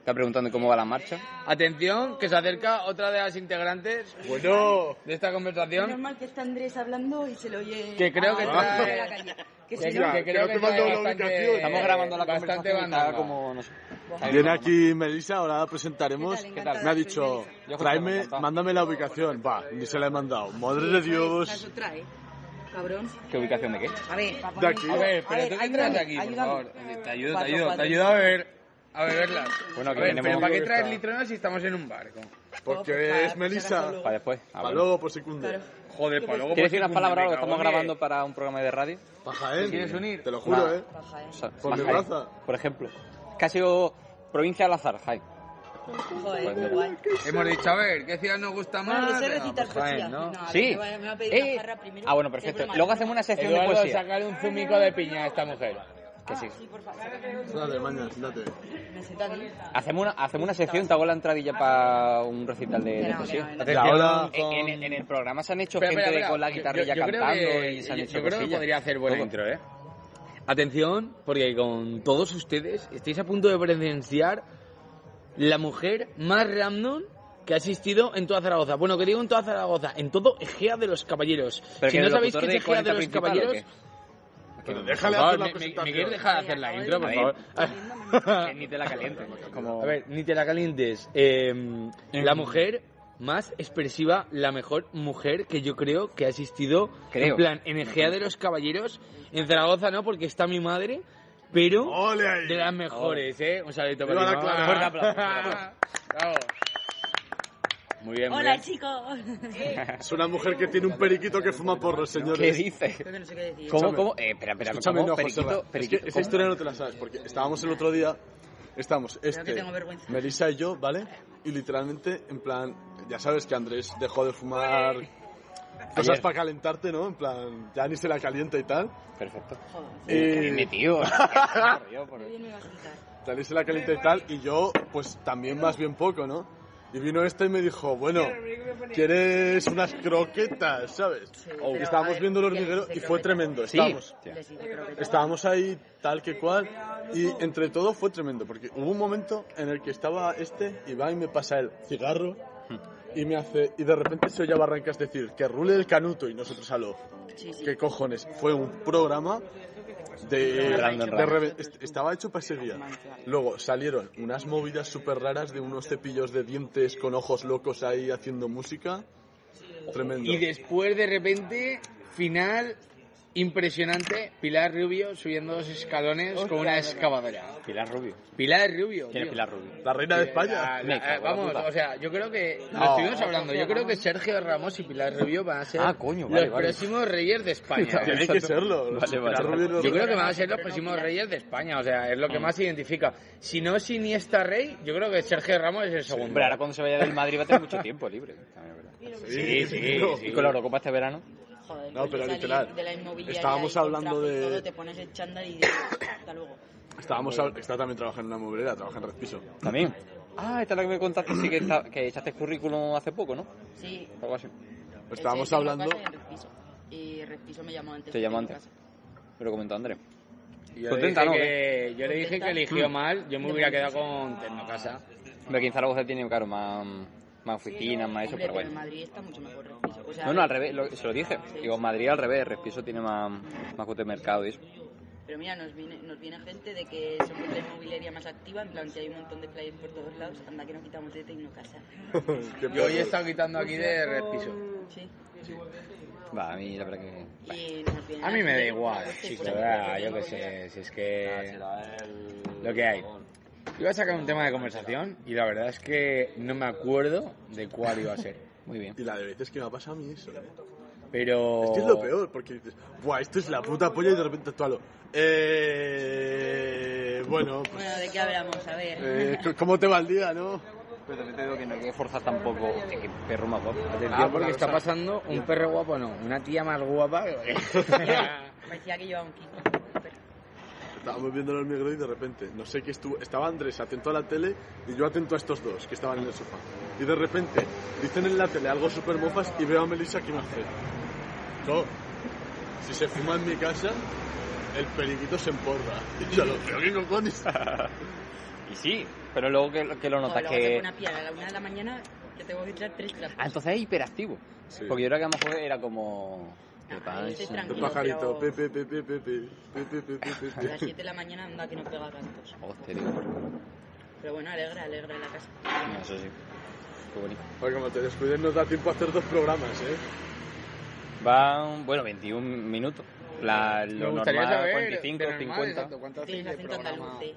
S1: Está preguntando cómo va la marcha.
S2: Atención, que se acerca otra de las integrantes
S3: Bueno,
S2: de esta
S6: Menos
S2: conversación.
S6: mal que está Andrés hablando y se lo oye.
S2: Que creo
S6: a-
S2: que
S6: a
S2: trae-
S6: la calle. Que
S2: Que, que
S6: si no,
S3: que
S2: creo
S3: no
S2: que
S3: te mando
S2: trae
S3: la
S2: bastante-
S3: ubicación.
S1: Estamos grabando la
S2: bastante
S1: conversación y está
S2: bandanga.
S1: como no sé. Está
S3: viene
S1: bien,
S3: aquí Melissa, ahora la presentaremos.
S6: ¿Qué tal? Encantada,
S3: Me ha
S6: soy
S3: dicho,
S6: Melissa.
S1: Yo
S3: tráeme,
S1: encantado.
S3: mándame la ubicación. Va, ni se la he mandado. Madre de Dios.
S6: Eso trae, ¿eh? cabrón.
S1: ¿Qué ubicación de qué?
S6: A ver, papá.
S3: De aquí.
S2: A ver, pero
S6: A
S2: tú
S6: ver,
S2: qué traes
S6: ayúdame,
S2: aquí, por
S6: ayúdame.
S2: favor. Te ayudo, te
S6: Cuatro,
S2: ayudo, te
S6: cuatro.
S2: ayudo a ver. A beberlas.
S1: Bueno,
S2: A
S1: que
S2: ver,
S1: tenemos-
S2: pero ¿para qué traes litronas si estamos en un barco?
S3: Porque es Melissa.
S1: Para después. Ah,
S3: Para
S1: bueno.
S3: luego, por secundaria.
S6: Claro.
S2: Joder, para luego.
S1: ¿Quieres
S2: pues, por
S1: decir unas
S2: si
S1: palabras ahora
S2: me
S1: que estamos
S2: cago en-
S1: grabando para un programa de radio?
S3: Pa' Jaén.
S2: ¿Quieres unir?
S3: ¿eh? Te lo juro,
S1: Va.
S3: eh.
S6: Pa' Jaén.
S1: O sea,
S3: Por
S1: más
S3: mi
S1: Jaén,
S3: plaza.
S1: Por ejemplo. Casi provincia al azar, Jaén.
S6: Joder, qué guay.
S2: Hemos dicho, a ver, ¿qué ciudad nos gusta más?
S6: Bueno, le sé
S2: Venga,
S6: recitar
S2: pues, Jaén,
S6: poesía.
S2: ¿no?
S6: No, a ver,
S1: Sí.
S6: me va- me va a pedir
S1: Eh.
S6: la jarra primero.
S1: Ah, bueno,
S6: Seguro
S1: perfecto.
S6: mal.
S1: Luego hacemos una sección de
S2: Eduardo,
S1: poesía.
S2: sacar un zumico de piña a esta mujer.
S1: Que sí.
S6: Sí, por favor. sácame.
S3: Dale, mañana, siéntate.
S6: Me sentan.
S1: Hacemos una, hacemos una sección, te hago la entradilla
S6: Ah,
S1: para un recital de,
S6: Que
S1: de
S6: no, que no,
S1: poesía.
S6: que no.
S3: Y ahora,
S1: En, en el, en el programa se han hecho
S2: Espera,
S1: gente
S2: espera, espera.
S1: con la
S2: Yo-
S1: guitarrilla
S2: yo creo
S1: cantando
S2: que-
S1: y se han
S2: yo-
S1: hecho
S2: Yo creo que
S1: cosillas.
S2: podría hacer buena
S1: Luego.
S2: intro, ¿eh? Atención, porque con todos ustedes estáis a punto de presenciar la mujer más random que ha existido en toda Zaragoza. Bueno, que digo en toda Zaragoza, en todo Egea de los Caballeros.
S1: Pero
S2: si
S1: que
S2: no
S1: el
S2: sabéis qué
S1: locutor
S2: es
S1: de
S2: Egea de
S1: 40
S2: los
S1: principal, ¿o
S2: Caballeros...
S1: qué?
S3: Pero
S2: Por
S3: déjale
S2: favor,
S3: hacer
S2: me, me-
S3: la
S2: me quieres
S3: presentación.
S2: dejar hacer la intro, por favor? ah.
S1: Que ni te la calientes. Como...
S2: A ver, ni te la calientes. Eh, la mujer más expresiva, la mejor mujer que yo creo que ha existido.
S1: Creo.
S2: En plan, en Egea de los Caballeros. En Zaragoza no, porque está mi madre. Pero
S3: ¡Ole ahí!
S2: de las mejores, ¿eh? Un saludito
S3: Viva
S2: para
S3: la
S2: ti,
S3: Clara.
S2: mamá.
S3: Fuerte
S1: aplauso, fuerte
S2: *laughs* Bravo. Muy bien, muy
S6: Hola,
S2: bien.
S6: chicos.
S3: Es una mujer que tiene un periquito que fuma porros,
S1: ¿Qué
S3: señores.
S1: dices?
S6: Creo que no sé qué decir.
S1: ¿Cómo,
S3: Escúchame.
S1: cómo? Eh, espera, espera,
S3: Escúchame,
S1: ¿cómo?
S3: no,
S1: periquito,
S3: Joseba, es que
S1: periquito.
S3: esa historia no te la sabes, porque estábamos el otro día, estábamos
S6: que
S3: este,
S6: tengo vergüenza.
S3: Melissa y yo, ¿vale? Y literalmente, en plan, ya sabes que Andrés dejó de fumar cosas
S1: Ayer.
S3: para calentarte, ¿no? En plan, ya ni se la calienta y tal.
S1: Perfecto.
S6: Joder.
S3: Eh,
S1: Dime,
S3: *laughs*
S1: tío.
S6: Qué bien me vas a sentar.
S3: Ya ni se la calienta y tal, y yo, pues también más bien poco, ¿no? Y vino este y me dijo, bueno, ¿quieres unas croquetas, sabes?
S6: pero,
S3: Y
S6: a
S3: estábamos
S6: ver,
S3: viendo el
S6: ¿qué
S3: hormiguero
S6: dice
S3: y fue
S6: croquetas?
S3: tremendo,
S1: Oh. Sí.
S3: estábamos.
S6: Les digo, creo que no.
S3: Estábamos ahí tal que cual y entre todo fue tremendo porque hubo un momento en el que estaba este y va y me pasa el cigarro y me hace y de repente se oye a Barrancas decir que rule el canuto y nosotros a lo
S6: Sí, sí.
S3: qué cojones fue un programa de,
S1: Random,
S3: de
S1: random.
S3: reve- est- estaba hecho para ese día luego salieron unas movidas súper raras de unos cepillos de dientes con ojos locos ahí haciendo música Tremendo.
S2: Y después de repente, final impresionante, Pilar Rubio subiendo dos escalones con una excavadora.
S1: Pilar Rubio.
S2: Pilar Rubio.
S1: ¿Quién es
S2: tío.
S1: Pilar Rubio?
S3: La reina de España.
S2: La- la-
S1: Me cago en la
S2: eh, vamos,
S1: puta.
S2: o sea, yo creo que lo
S1: No.
S2: estuvimos hablando. Yo creo que Sergio Ramos y Pilar Rubio van a ser
S1: Ah, coño, vale,
S2: los
S1: vale.
S2: próximos reyes de España. ¿eh?
S3: *laughs* Tiene que serlo.
S1: *laughs* Vale, vale.
S3: La rubia no-
S2: Yo creo que van a ser los próximos reyes de España, o sea, es lo
S1: Mm.
S2: que más identifica. Si no es Iniesta rey, yo creo que Sergio Ramos es el segundo.
S1: Hombre, ahora cuando se vaya del Madrid va a tener mucho tiempo libre. también es verdad.
S2: Sí, sí,
S3: *laughs*
S2: sí.
S1: Y con la Eurocopa este verano.
S6: Joder,
S3: No, pero
S6: salí
S3: literal,
S6: De la inmobiliaria
S3: estábamos
S6: y con
S3: hablando
S6: traje y
S3: de-
S6: Todo, te pones el chándal y *coughs* dices, hasta luego.
S3: Estábamos a- está también trabajando en una movilera, trabaja en Red Piso.
S1: También. Ah, esta es la que me contaste, sí, que, está- que echaste currículum hace poco, ¿no?
S6: Sí.
S1: Algo así.
S3: Estábamos
S6: eché en
S3: hablando.
S6: casa Y en Respiso. Y Respiso me llamó antes.
S1: Pues Te
S6: de
S1: llamó
S6: mi
S1: antes.
S6: casa.
S1: Me lo comentó Andrés.
S2: Yo
S1: Contenta,
S2: le
S1: ¿no? Mm.
S2: dije que, yo le dije que
S6: Contenta.
S2: eligió mal, yo me hubiera quedado con Tecnocasa.
S1: Hombre, que en Zaragoza tiene, claro, más, más oficinas, más eso,
S6: Hombre,
S1: pero
S6: en
S1: bueno.
S6: Madrid está mucho mejor Respiso. O sea,
S1: No, no, al revés, lo- se lo dije. Digo, en Madrid al revés, Respiso tiene más, más cuota de mercado y eso.
S6: Pero mira, nos viene, nos viene gente de que somos la inmobiliaria más activa, en plan que hay un montón de players por todos lados, anda que nos quitamos de Tecnocasa.
S3: Qué
S2: Yo hoy he
S3: placer.
S2: estado quitando aquí de Red Piso.
S6: Sí.
S1: Va, a mí la verdad que...
S6: Y nos viene
S2: A mí me da
S6: gente
S2: igual,
S6: por este,
S2: chico,
S6: por aquel, por
S2: ¿verdad?
S6: aquel,
S2: yo qué
S6: por
S2: sé,
S6: aquel.
S2: si es
S1: Ah,
S2: que... Lo que hay. Iba a sacar un tema de conversación y la verdad es que no me acuerdo de cuál iba a ser.
S1: Muy bien.
S3: Y la de veces que me ha pasado a mí eso, eh.
S2: Pero...
S3: Esto
S1: Oh.
S3: es lo peor, porque dices, buah, esto es la puta polla y de repente tú a lo, Eh. Bueno, pues.
S6: Bueno, ¿de qué hablamos? A ver.
S1: *laughs*
S3: eh, ¿Cómo te va el día, no?
S1: Pero también te digo que no hay que forzar tampoco. Hostia, qué perro más guapo.
S2: Ah, porque está pasando un perro guapo, no, una tía más guapa.
S6: Parecía que llevaba un kiko.
S3: Estábamos viendo los micro y de repente, no sé qué estuvo. Estaba Andrés atento a la tele y yo atento a estos dos que estaban en el sofá. Y de repente, dicen en la tele algo súper mofas y veo a Melissa que me hace. No, si se fuma en mi casa, el periquito se emporra. *laughs* Y yo lo creo que
S1: *laughs*
S3: cojones.
S1: Y sí, pero luego que, que lo notas
S6: Joder, luego se
S1: que...
S6: pone a pillar a la una de la mañana que tengo que echar tres trapos.
S1: Ah, entonces es hiperactivo.
S3: Sí.
S1: Porque yo creo que a lo mejor era como... ¿Qué
S6: Ah,
S1: pasa?
S6: estoy
S3: El
S6: tranquilo.
S3: pajarito,
S6: pero-
S3: pepe, pepe, pepe, pepe, pepe,
S6: A
S3: pepe.
S6: las 7 de la mañana anda que no pega tantos.
S1: Hostia, digo.
S6: Pero bueno, alegra, alegra la casa.
S1: No, eso sí. Qué bonito.
S3: Porque como te descuides nos da tiempo a hacer dos programas, ¿eh?
S1: Van, bueno, 21 minutos. La, lo
S2: Me gustaría
S1: normal,
S2: saber
S1: 45,
S2: de normal,
S1: 50.
S2: exacto, ¿cuánto hacéis
S6: Tienes
S2: de
S6: acento
S2: programa?
S6: andaluz, ¿eh?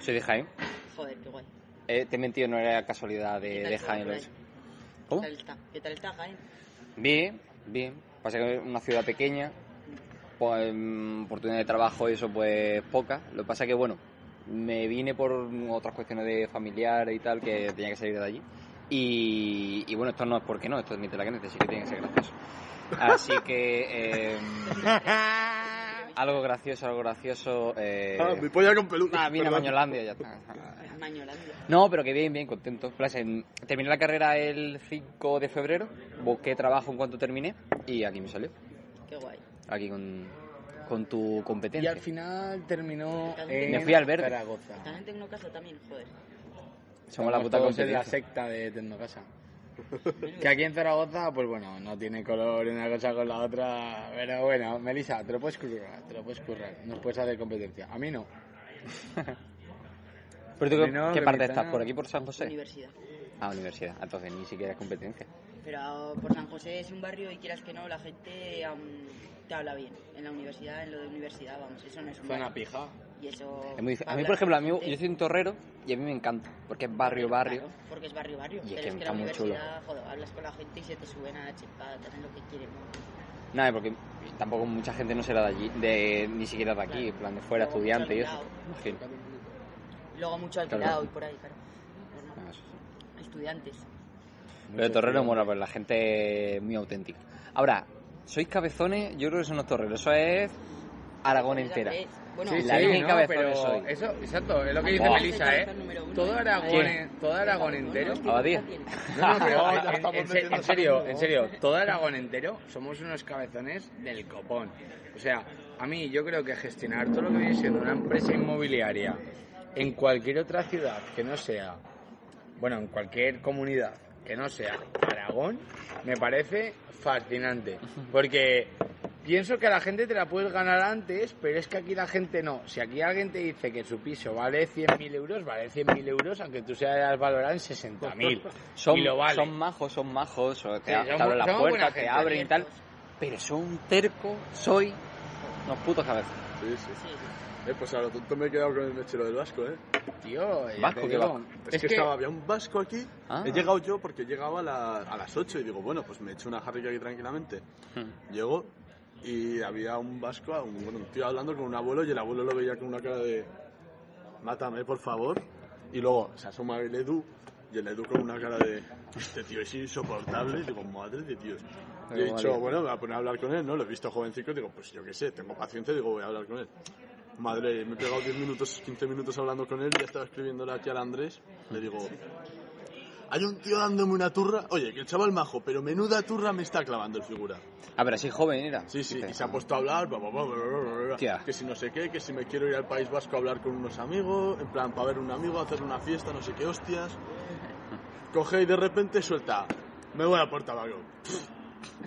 S1: Soy de Jaén.
S6: Joder, qué guay.
S1: Eh, te he mentido, no era casualidad de,
S6: ¿Qué tal
S1: de
S6: todo
S1: Jaén.
S6: por
S1: lo
S6: ahí?
S1: de-
S6: ¿Qué
S1: ¿Cómo?
S6: tal está? ¿Qué tal está Jaén?
S1: Bien, bien. Pasa que es una ciudad pequeña, pues mm, oportunidad de trabajo y eso pues poca. Lo que pasa que bueno, me vine por otras cuestiones de familiar y tal que tenía que salir de allí. Y, y bueno, esto no es porque no, esto es mi tela que necesito, que tiene que ser gracioso. Así que eh, algo gracioso, algo gracioso. Eh,
S3: Ah, mi polla con peluca.
S1: nada, vine a
S3: perdón.
S1: Mañolandia, ya está.
S6: Mañolandia.
S1: No, pero que bien, bien, contento. En plan, en- Terminé la carrera el 5 de febrero, busqué trabajo en cuanto terminé y aquí me salió.
S6: Qué guay.
S1: Aquí con, con tu
S2: Y
S1: competencia.
S2: al final terminó en
S1: Me fui al verde.
S2: Zaragoza.
S6: Estás en Tecnocasa también, joder.
S1: Somos la
S2: Estamos
S1: puta
S2: todos en
S1: competencia.
S2: la Pues secta de Tecnocasa. *laughs* que aquí en Zaragoza, pues bueno, no tiene color una cosa con la otra. Pero bueno, Melissa, te lo puedes currar, te lo puedes currar. Nos puedes hacer competencia. A mí no.
S1: ¿Pero tú qué,
S2: Primero,
S1: qué parte
S2: Remitano.
S1: estás? ¿Por aquí, por San José?
S6: Universidad.
S1: Ah, universidad. Entonces ni siquiera es competencia.
S6: Pero por San José es un barrio y quieras que no, la gente aún te habla bien. En la universidad, en lo de universidad, vamos, eso no es un
S2: Zona
S6: barrio.
S2: pija.
S6: Y eso...
S1: Es muy difícil.
S6: va
S1: a mí,
S6: hablar
S1: por ejemplo, a mí,
S6: gente.
S1: yo soy un torrero y a mí me encanta, porque es barrio, barrio.
S6: Claro, porque es barrio, barrio.
S1: Y es
S6: Pero
S1: que
S6: es que
S1: está
S6: la
S1: muy chulo.
S6: universidad, joder, hablas con la gente y se te suben a la chispa, te hacen lo que quieren.
S1: Nada, porque tampoco mucha gente no será de allí, de, ni siquiera de aquí,
S6: Claro.
S1: en plan de fuera,
S6: Luego
S1: estudiante y
S6: mucho
S1: eso. Imagino.
S6: Luego mucho
S1: Claro.
S6: alquilado y por ahí, claro. Normal.
S1: Ah, eso sí.
S6: Estudiantes.
S1: Pero de torrero mola, pues la gente es muy auténtica. Ahora, sois cabezones, yo creo que eso no es torrero, eso es Aragón entera.
S6: Tres. Bueno,
S1: Sí, la sí. Virgen Cabezona
S2: pero
S1: soy.
S2: Eso, exacto, es lo que dice
S1: Buah.
S2: Melissa, ¿eh? Todo Aragón,
S1: ¿Qué?
S2: en- todo Aragón entero.
S1: Abadía. *laughs*
S2: No, no, pero
S3: Ah, ya
S2: en- en,
S3: estamos
S2: en se-
S3: metiendo
S2: en serio,
S3: saco.
S2: en serio, todo Aragón entero somos unos cabezones del copón. O sea, a mí yo creo que gestionar todo lo que viene siendo una empresa inmobiliaria en cualquier otra ciudad que no sea, bueno, en cualquier comunidad que no sea Aragón, me parece fascinante. Porque Pienso que a la gente te la puedes ganar antes, pero es que aquí la gente no. Si aquí alguien te dice que su piso vale 100.000 euros, vale 100.000 euros, aunque tú seas valorado en 60.000.
S1: Son,
S2: y lo vale.
S1: son majos, son majos, o te,
S2: Sí,
S1: te
S2: son-
S1: abren las
S2: son buena
S1: puertas, te
S2: gente.
S1: abren y tal. Pero son un terco, soy unos putos cabezas.
S3: Sí, sí.
S6: Sí,
S3: Eh, pues a lo tonto me he quedado con el mechero del vasco, ¿eh?
S2: *laughs* Tío, ya te
S1: Vasco, qué
S2: digo,
S1: vasco.
S3: Es, que, estaba, había un vasco aquí.
S1: Ah.
S3: He llegado yo porque llegaba a, la- a las 8 y digo, bueno, pues me echo una jarrica aquí tranquilamente. Llego y había un vasco, un, bueno, un tío hablando con un abuelo y el abuelo lo veía con una cara de mátame, por favor. Y luego se asoma el Edu y el Edu con una cara de este tío es insoportable. Y digo, madre de Dios. Y he
S1: Digo,
S3: dicho,
S1: vale.
S3: bueno, me voy a poner a hablar con él, ¿no? Lo he visto jovencito y digo, pues yo qué sé, tengo paciencia, digo, voy a hablar con él. Madre, me he pegado 10 minutos, 15 minutos hablando con él, ya estaba escribiéndole aquí al Andrés. Le digo, hay un tío dándome una turra. Oye, que el chaval majo, pero menuda turra me está clavando el figura.
S1: Ah, pero así joven era.
S3: Sí, sí,
S1: Dice,
S3: y se ha
S1: ah.
S3: puesto a hablar, bla, bla, bla, bla, bla, bla, bla.
S1: Tía.
S3: que si no sé qué, que si me quiero ir al País Vasco a hablar con unos amigos, en plan, para ver un amigo, hacer una fiesta, no sé qué hostias. Coge y de repente suelta, me voy a Portabago.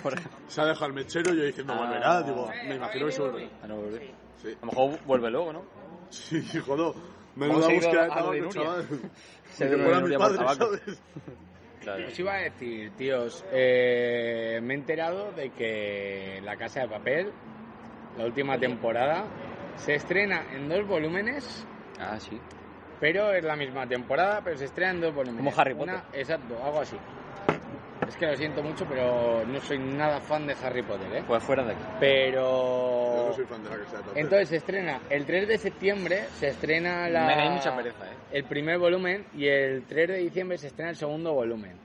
S1: Por-
S3: Se ha dejado el mechero, yo diciendo,
S1: Ah.
S3: volverá, digo, me imagino que se volverá.
S1: Ah, no, volví.
S3: Sí, *laughs*
S1: A lo mejor vuelve luego, ¿no?
S3: sí, joder,
S2: Vamos
S3: menuda
S2: a ir a-
S3: búsqueda
S2: a lo
S3: de
S2: de
S3: tabaco,
S2: Nuria.
S3: chaval.
S1: Se
S3: Ni
S1: ve
S3: que fuera
S1: que
S3: mi
S1: Nuria
S3: padre,
S1: Portabaco.
S3: ¿sabes?
S1: Claro.
S2: Os iba a decir, tíos, eh, me he enterado de que La Casa de Papel, la última temporada, se estrena en dos volúmenes,
S1: Ah, sí.
S2: pero es la misma temporada, pero se estrena en dos volúmenes.
S1: Como Harry
S2: Una- exacto, algo así. Es que lo siento mucho, pero no soy nada fan de Harry Potter, ¿eh?
S1: Pues fuera de aquí.
S3: Yo no
S2: Pero...
S3: soy fan de la casa de papel.
S2: Entonces se estrena, el 3 de septiembre se estrena la...
S1: Me da mucha pereza, ¿eh?
S2: El primer volumen y el 3 de diciembre se estrena el segundo volumen.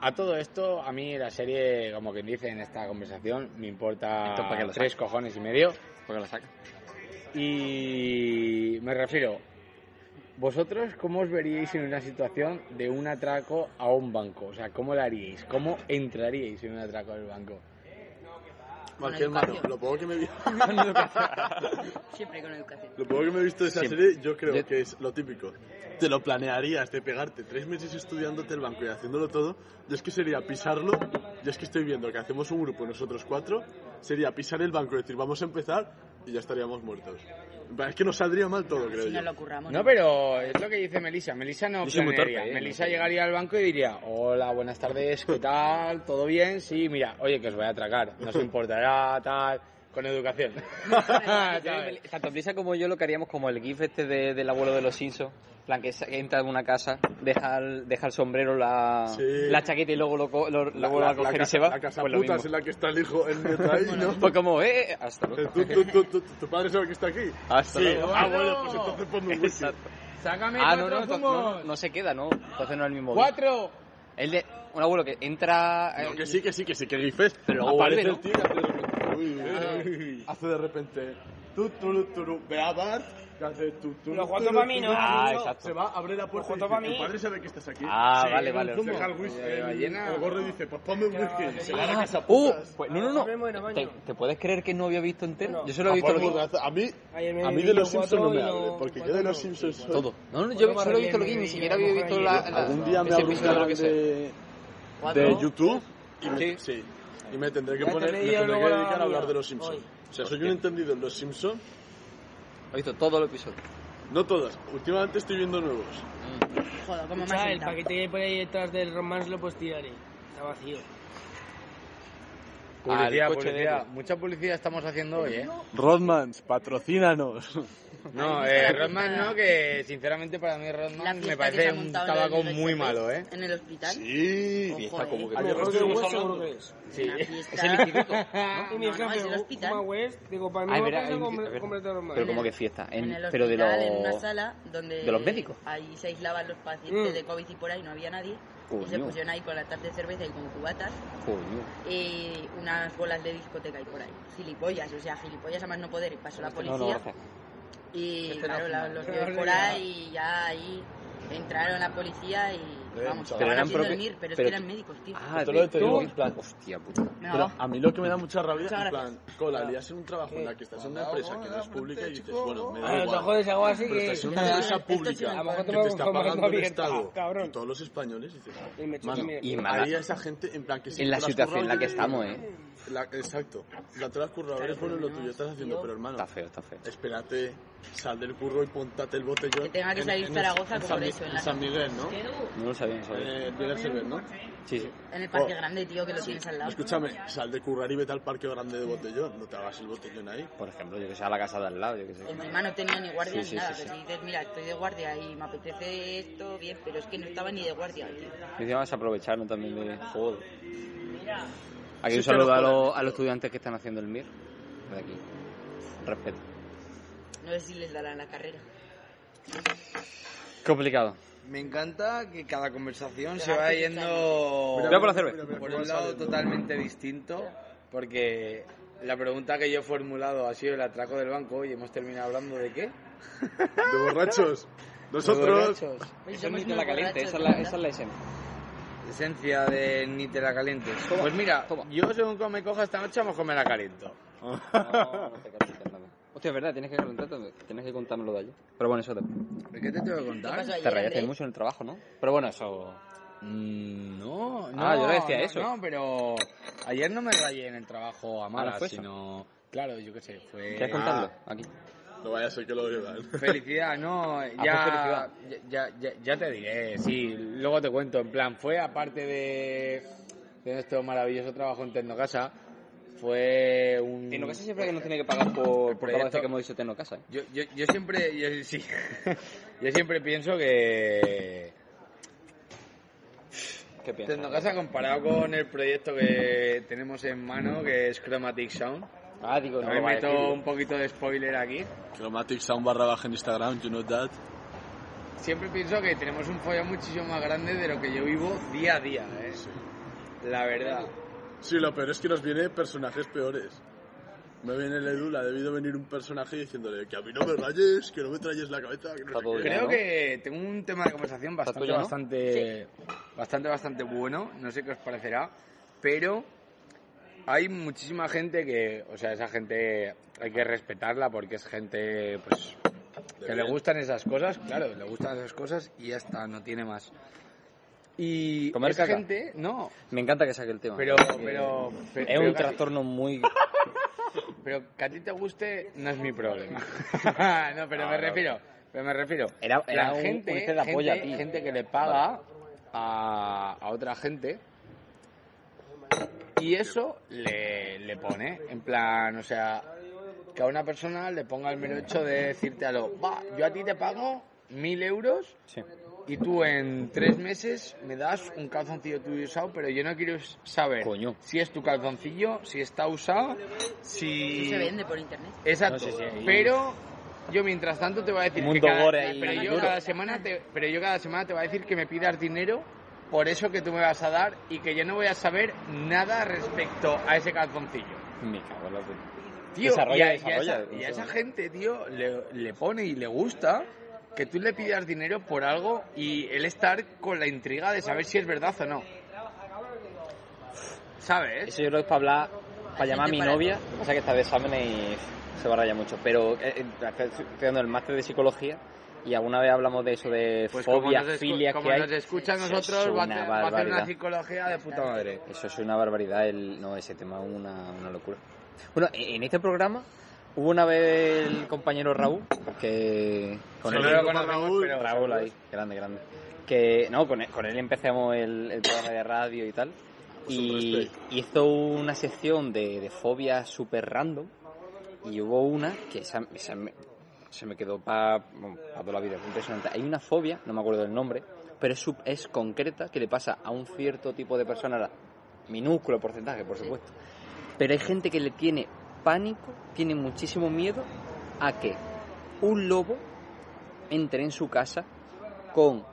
S2: A todo esto, a mí la serie, como quien dice en esta conversación, me importa
S1: Entonces, ¿para qué lo
S2: tres cojones y medio.
S1: Porque la saca.
S2: Y me refiero, ¿vosotros cómo os veríais en una situación de un atraco a un banco? O sea, ¿cómo la haríais? ¿Cómo entraríais en un atraco al banco?
S3: Más que hermano, lo poco que me vi-
S6: siempre con educación.
S3: Lo poco que me he visto de esa
S1: Sí.
S3: serie, yo creo
S1: Yo-
S3: que es lo típico. Te lo planearías de pegarte tres meses estudiándote el banco y haciéndolo todo. Yo es que sería pisarlo. Yo es que estoy viendo que hacemos un grupo nosotros cuatro. Sería pisar el banco y decir, vamos a empezar y ya estaríamos muertos. En plan, Es que nos saldría mal todo, creo
S6: Si
S3: yo.
S6: nos lo curramos.
S2: No, pero es lo que dice Melissa. Melissa no
S1: Yo soy muy
S2: planearía.
S1: torpe, ¿eh?
S2: Melissa
S1: No sé.
S2: llegaría al banco y diría, hola, buenas tardes, ¿qué tal? ¿Todo bien? Sí, mira, oye, que os voy a atracar. No os importará, tal, con educación.
S1: *laughs*
S2: *laughs* ¿Sabes?
S1: Tanto Brisa como yo lo que haríamos como el gif este de- del abuelo de los Simpsons. En plan, que sa- que entra en una casa, deja el, deja el sombrero, la,
S3: Sí.
S1: la chaqueta y luego lo, co- lo- lo
S3: La,
S1: vuelve
S3: la-
S1: a coger
S3: la
S1: y se
S3: casa,
S1: va.
S3: la casa
S1: Pues lo
S3: putas
S1: mismo.
S3: en la que está el hijo en neta ahí,
S1: *laughs*
S3: ¿no?
S1: Pues como, eh, eh, hasta
S3: Eh,
S1: luego.
S3: ¿Tú, tú, tú, tú- tu padre sabe que está aquí?
S1: Hasta
S3: sí.
S1: luego.
S3: Ah, bueno, pues entonces ponme un whisky.
S1: Exacto.
S2: Sácame
S1: Ah, no,
S2: cuatro
S1: no, no,
S2: zumos.
S1: no, no se queda, ¿no? Entonces no es el mismo. gif.
S2: ¡Cuatro!
S1: El de un abuelo que entra.
S3: No,
S1: eh,
S3: que sí, que sí, que sí, que gifes.
S1: Pero luego
S3: aparece
S1: vuelve,
S3: el tío y hace de repente. uy, uy,
S5: Ah.
S3: uy, hace de repente. Tu, tu, tu, tu, ve a Bart, que hace tu, tu.
S5: Lo
S3: tu,
S5: cuento
S3: tu,
S5: pa' mí,
S3: tu,
S5: ¿no?
S3: tu,
S1: Ah,
S3: tu,
S1: exacto.
S3: Se va, abre la puerta. y
S5: cuento pa'
S3: dice,
S5: mí.
S3: Tu padre sabe que estás aquí.
S1: Ah,
S3: Sí,
S1: vale,
S3: un
S1: vale,
S3: zumo.
S1: hostia.
S3: Deja el whisky,
S2: Ya, ya,
S3: el-
S2: llena.
S3: el gorro y dice: Pues ponme un whisky. Y se va a la
S1: Ah,
S3: casa.
S1: uh, pues, no, no,
S5: Ah, me muero,
S1: no.
S5: maño.
S1: ¿Te, te puedes creer que no había visto entero?
S5: No.
S1: Yo solo he visto
S3: Papá,
S1: lo que.
S3: mordaza. Ah, A mí,
S5: Ayer me
S3: a mí
S5: vi
S3: de los
S5: cuatro
S3: Simpsons no me
S5: y
S3: hable,
S5: no-
S3: porque yo
S5: cuatro
S3: de los
S5: no.
S3: Simpsons soy-
S1: Todo. No, no,
S5: Pues
S1: yo
S5: vamos a
S1: solo he
S5: ver,
S1: visto lo
S5: me-
S1: que ni
S5: me-
S1: siquiera
S5: me-
S1: había
S5: me-
S1: visto
S5: me-
S1: la. la-
S3: Algún día me
S1: ese
S3: abro un
S1: episodio de lo
S3: canal
S1: que sea.
S3: de,
S6: Cuatro.
S3: de YouTube y me,
S1: Sí.
S3: sí, y me tendré que
S5: Ya te
S3: poner,
S5: he
S3: me
S5: leído
S3: tendré que
S5: luego la
S3: dedicar a hablar
S5: mía.
S3: de los Simpsons.
S5: Hoy.
S3: O sea, soy un entendido en los Simpsons.
S1: He visto todo el episodio.
S3: No todos, últimamente estoy viendo nuevos.
S6: Joder, como
S5: Escucha,
S6: más
S5: el paquete que por ahí detrás del romance lo pues tiraré. Está vacío.
S2: Publicidad,
S1: coche de
S2: publicidad.
S1: Edu.
S2: Mucha publicidad estamos haciendo hoy, ¿eh?
S3: Rodmans, patrocínanos.
S2: No, eh, Rodman no, que sinceramente para mí Rodman me parece un tabaco muy malo, ¿eh?
S6: En el hospital.
S3: Sí.
S6: Ojo,
S1: fiesta,
S6: eh.
S1: como que-
S3: Ayer
S5: Yo creo
S3: lo estuvimos
S5: que seguro
S3: hablando.
S5: que es.
S2: Sí.
S6: Una fiesta.
S1: Es el instituto.
S5: Y
S6: *laughs* Ah, No,
S5: mi
S6: no, no,
S5: jefe,
S6: es el hospital.
S5: Uma West, digo, para mí
S1: Ah, es
S5: no
S1: verdad,
S5: parece
S1: es
S5: com-
S1: que- es verdad.
S5: completo normal.
S4: Ah,
S1: Pero como
S6: En
S1: que
S6: el-
S1: fiesta.
S6: en
S1: en-
S6: el
S1: pero de los.
S6: hospital, en una sala donde
S1: de los médicos.
S6: ahí se aislaban los pacientes
S5: Mm.
S6: de COVID y por ahí no había nadie y se
S1: Coño.
S6: pusieron ahí con la tarta de cerveza y con cubatas
S1: Coño.
S6: y unas bolas de discoteca y por ahí gilipollas o sea gilipollas a más no poder y pasó la
S1: No, no,
S6: policía
S1: gracias.
S6: y
S2: Este no
S6: claro, la-
S2: fuma.
S6: los vio por ahí y ya ahí entraron la policía y
S3: Eh, chaval.
S6: Vamos,
S1: Pero
S6: estaban
S1: eran
S6: haciendo el
S1: propi-
S6: MIR, pero es
S1: pero-
S6: que eran médicos, tío.
S1: Ah,
S3: Esto
S1: de
S3: lo de Teruel,
S1: Teruel.
S3: en plan-
S1: Hostia puta.
S6: Venga,
S3: Pero
S6: va.
S3: a mí lo que me da mucha rabia
S6: Muchas
S3: en plan,
S6: gracias.
S3: cola, le en un trabajo en la que estás en una empresa que no es pública y dices, bueno, me da
S4: Pero te
S3: igual.
S4: Ah, jodes algo así
S3: Pero
S4: que...
S3: estás en una
S6: Esto
S3: empresa
S6: es una-
S3: pública
S6: a lo
S4: mejor
S3: que
S4: te
S3: te
S4: pongo
S3: está
S4: con mano
S3: pagando el
S4: abierta,
S3: Estado
S4: Ah, cabrón.
S3: y todos los españoles dices,
S4: Y me
S3: mano,
S4: choca,
S1: Y mala,
S3: ahí a esa gente en plan que sí,
S1: en la
S3: te has
S1: situación en la
S3: currado
S1: que
S3: y-
S1: estamos, ¿eh?
S3: la- exacto, la te la has currado,
S6: Claro,
S3: eres bueno en lo
S6: no,
S3: tuyo, estás haciendo,
S6: tío.
S3: pero hermano,
S1: Está feo, está feo.
S3: espérate, sal del curro y pontate el botellón.
S6: Que tenga que
S3: en-
S6: salir
S3: en-
S6: Zaragoza
S3: en
S6: como
S3: San
S6: de
S3: Mi-
S6: eso, en
S3: en
S6: la-
S3: San Miguel, ¿no?
S1: No lo sabía, no lo sabía.
S3: Eh, Viene a servir, ¿no?
S1: Sí, sí.
S6: En el parque
S3: Oh.
S6: grande, tío, que lo tienes al lado.
S3: Escúchame, sal de currar y vete al parque grande de botellón, no te hagas el botellón ahí.
S1: Por ejemplo, yo que sé, a la casa de al lado, yo que sé.
S6: Encima no tenía ni guardia
S1: Sí, sí,
S6: ni nada.
S1: sí,
S6: pero
S1: sí.
S6: si dices, mira, estoy de guardia y me apetece esto, bien, pero es que no estaba ni de guardia, tío.
S1: Y encima vas a aprovecharnos también de joder. Aquí
S3: Sí,
S1: un saludo
S3: pero
S1: a,
S3: joder,
S1: los, a los estudiantes que están haciendo el MIR. De aquí. Respeto.
S6: No sé si les darán la carrera.
S1: Complicado.
S2: Me encanta que cada conversación
S6: Te
S2: se
S6: vas
S2: va
S6: escuchando.
S2: yendo
S1: Voy a por la cerveza.
S3: Mira, mira,
S2: por
S3: cómo
S2: un
S3: sale,
S2: lado
S3: ¿no?
S2: totalmente distinto, porque la pregunta que yo he formulado ha sido el atraco del banco y hemos terminado hablando de qué?
S3: De borrachos.
S2: Nosotros.
S3: Nosotros.
S1: Eso es
S6: muy
S1: ni tela caliente,
S6: borrachos,
S1: esa es la,
S6: ¿verdad?
S1: esa es la esencia.
S2: Esencia de ni te la calientes.
S1: Toma,
S2: pues mira,
S1: toma.
S2: yo según como me coja esta noche, a lo mejor me la caliento.
S1: Ah, No, no te calientes nada. Hostia, es verdad, tienes que calentarte, tienes que contármelo de ayer. Pero bueno, eso te...
S2: ¿Pero qué te tengo que
S6: ¿Qué
S2: contar?
S6: pasó
S1: Te
S6: ayer,
S1: rayaste
S6: Andrés?
S1: mucho en el trabajo, ¿no? Pero bueno, eso...
S2: Mm, No, no.
S1: Ah, yo le decía
S2: no,
S1: eso.
S2: No, pero ayer no me rayé en el trabajo a
S1: Ah, ¿no
S2: malas,
S1: fue eso?
S2: sino. Claro, yo qué sé, fue.
S1: ¿Quieres contarlo? Aquí.
S3: No vaya a ser que lo digan.
S2: *laughs*
S3: *laughs*
S2: Felicidad, no,
S1: Ah, fue
S2: ya, ya, ya, ya te diré, sí, luego te cuento, en plan, fue aparte de, de nuestro maravilloso trabajo en Tecnocasa, fue un...
S1: Tecnocasa siempre que
S2: Este,
S1: nos tiene que pagar por, por cada vez
S2: proyecto-
S1: que hemos dicho Tecnocasa, ¿eh?
S2: Yo, yo, yo siempre, yo, sí, *laughs* yo siempre pienso que
S1: ¿Qué piensas?
S2: Tecnocasa comparado con el proyecto que tenemos en mano, que es Chromatic Sound,
S1: Ah, digo, no
S2: me
S1: lo va a
S2: meto
S1: decir.
S2: un poquito de spoiler aquí,
S3: Chromatic Sound barra baja en Instagram, you know that.
S2: siempre pienso que tenemos un follón muchísimo más grande de lo que yo vivo día a día, ¿eh? la verdad.
S3: Sí, lo peor es que nos viene personajes peores. Me viene el Edu, le ha debido venir un personaje diciéndole que a mí no me rayes, que no me trayes la cabeza, que no
S1: Está todo
S3: sé qué.
S1: bien.
S2: Creo
S1: ¿no?
S2: que tengo un tema de conversación bastante,
S1: tuyo, no?
S2: bastante, bastante, bastante bueno. No sé qué os parecerá, pero hay muchísima gente que, o sea, esa gente hay que respetarla porque es gente, pues,
S3: De
S2: que le
S3: bien.
S2: gustan esas cosas, claro, le gustan esas cosas y ya está, no tiene más. Y
S1: Comer
S2: esa
S1: caca.
S2: gente, no,
S1: Me encanta que saque el tema.
S2: pero,
S1: porque
S2: pero, pero,
S1: Ah, Es un
S2: pero casi-
S1: trastorno muy...
S2: pero que a ti te guste no es
S1: *laughs*
S2: mi problema. *laughs* no, pero
S1: No,
S2: me
S1: no.
S2: refiero, pero me refiero.
S1: Era- era
S2: la
S1: un-
S2: gente,
S1: un
S2: gente,
S1: ceda polla a ti.
S2: gente que le paga a, a otra gente y eso le, le pone, en plan, o sea, que a una persona le ponga el mero hecho de decirte a lo, va, yo a ti te pago mil euros
S1: Sí.
S2: y tú en tres meses me das un calzoncillo tuyo usado, pero yo no quiero saber
S1: Coño.
S2: si es tu calzoncillo, si está usado, si...
S6: Eso se vende por internet.
S2: Exacto.
S1: No, sí, sí, ahí-
S2: Pero yo mientras tanto te voy a decir
S1: Mundo
S2: que cada,
S1: gore ahí
S2: pero yo
S1: duro.
S2: cada semana te, pero yo cada semana te voy a decir que me pidas dinero por eso que tú me vas a dar y que yo no voy a saber nada respecto a ese calzoncillo.
S1: Me cago en la puta.
S2: Tío,
S1: Desarrolla,
S2: y a, y a
S1: desarrolla,
S2: esa, y a
S1: eso.
S2: esa gente, tío, le, le pone y le gusta que tú le pidas dinero por algo y él estar con la intriga de saber si es verdad o no. ¿Sabes?
S1: Eso yo creo que es para hablar, para llamar a mi
S6: para
S1: novia. Lo que pasa es que está de exámenes y se va a rayar mucho. Pero eh, eh, estoy estudiando el máster de psicología y alguna vez hablamos de eso, de
S2: Pues como
S1: fobias,
S2: nos, escu-
S1: filias
S2: como
S1: que hay.
S2: nos escucha a
S1: Eso es
S2: nosotros, va
S1: una
S2: a, hacer, va a hacer una
S1: barbaridad.
S2: psicología de puta madre.
S1: Eso es una barbaridad, el, no, ese tema es una, una locura. Bueno, en en este programa hubo una vez el compañero Raúl, que
S3: Sí,
S1: él-
S3: no lo conocemos, pero-
S1: Raúl ahí, grande, grande. Que, no, con él, con él empezamos el, el programa de radio y tal. Y hizo una sección de, de fobias super random. Y hubo una que esa, esa me- se me quedó para toda la vida. Impresionante. Hay una fobia, no me acuerdo del nombre, pero es, sub- es concreta que le pasa a un cierto tipo de persona. Ahora, minúsculo porcentaje, por supuesto. Pero hay gente que le tiene pánico, tiene muchísimo miedo a que un lobo entre en su casa con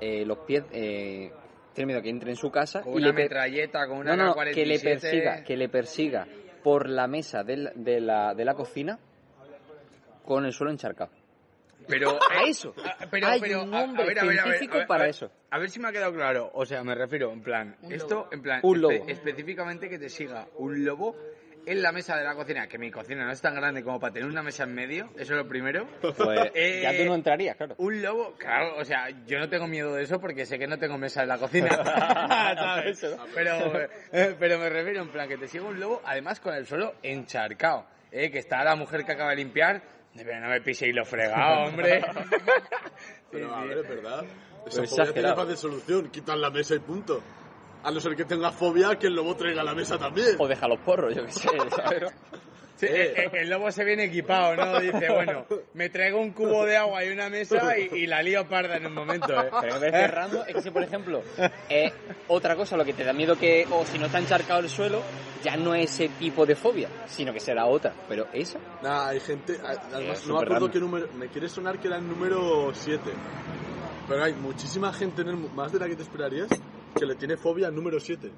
S1: eh, los pies. Eh, tiene miedo que entre en su casa
S2: Con
S1: y
S2: una
S1: le pe-
S2: metralleta, con una
S1: no, no,
S2: K47.
S1: que le persiga, que le persiga por la mesa del- de la, de la cocina con el suelo encharcado.
S2: Pero,
S1: *laughs* A eso.
S2: Ah, Pero,
S1: Hay
S2: pero,
S1: un
S2: a- a
S1: nombre
S2: ver, a ver, a ver,
S1: científico
S2: a ver,
S1: para
S2: a ver,
S1: eso.
S2: A ver si me ha quedado claro. O sea, me refiero, en plan, esto, en plan,
S1: Un
S2: espe-
S1: lobo.
S2: específicamente que te siga un lobo en la mesa de la cocina, que mi cocina no es tan grande como para tener una mesa en medio, eso es lo
S1: *laughs*
S2: primero.
S1: Pues
S2: *laughs* Eh,
S1: ya tú no entrarías, claro.
S2: Un lobo, claro, o sea, yo no tengo miedo de eso porque sé que no tengo mesa en
S1: *laughs*
S2: la cocina, ¿sabes? *laughs* Pero, eh, pero me refiero en plan que te siga un lobo, además con el suelo encharcado, eh, que está la mujer que acaba de limpiar, de, pero no me piséis lo
S1: *laughs*
S2: fregado, hombre.
S3: Pero a
S2: Sí, sí.
S3: ver, es verdad. Esa fobia tiene
S1: exagerado.
S3: fácil solución. Quitan la mesa y punto. A no ser que tenga fobia, que el lobo traiga la mesa también.
S1: O deja los porros, yo qué
S2: *laughs*
S1: sé, ¿sabes?
S2: Sí, eh, eh, el lobo se viene equipado, ¿no? Dice, bueno, me traigo un cubo de agua y una mesa y, y la lío parda en un momento, ¿eh?
S1: Pero que cerrando, es que si, por ejemplo, eh, otra cosa, lo que te da miedo que, o si no está encharcado el suelo, ya no es ese tipo de fobia, sino que será otra. Pero esa,
S3: Nah, hay gente. a-
S1: es
S3: Además, no me
S1: súper
S3: acuerdo
S1: random.
S3: qué número. Me quiere sonar que era el número 7. Pero hay muchísima gente, en el, mu- más de la que te esperarías, que le tiene fobia al número 7.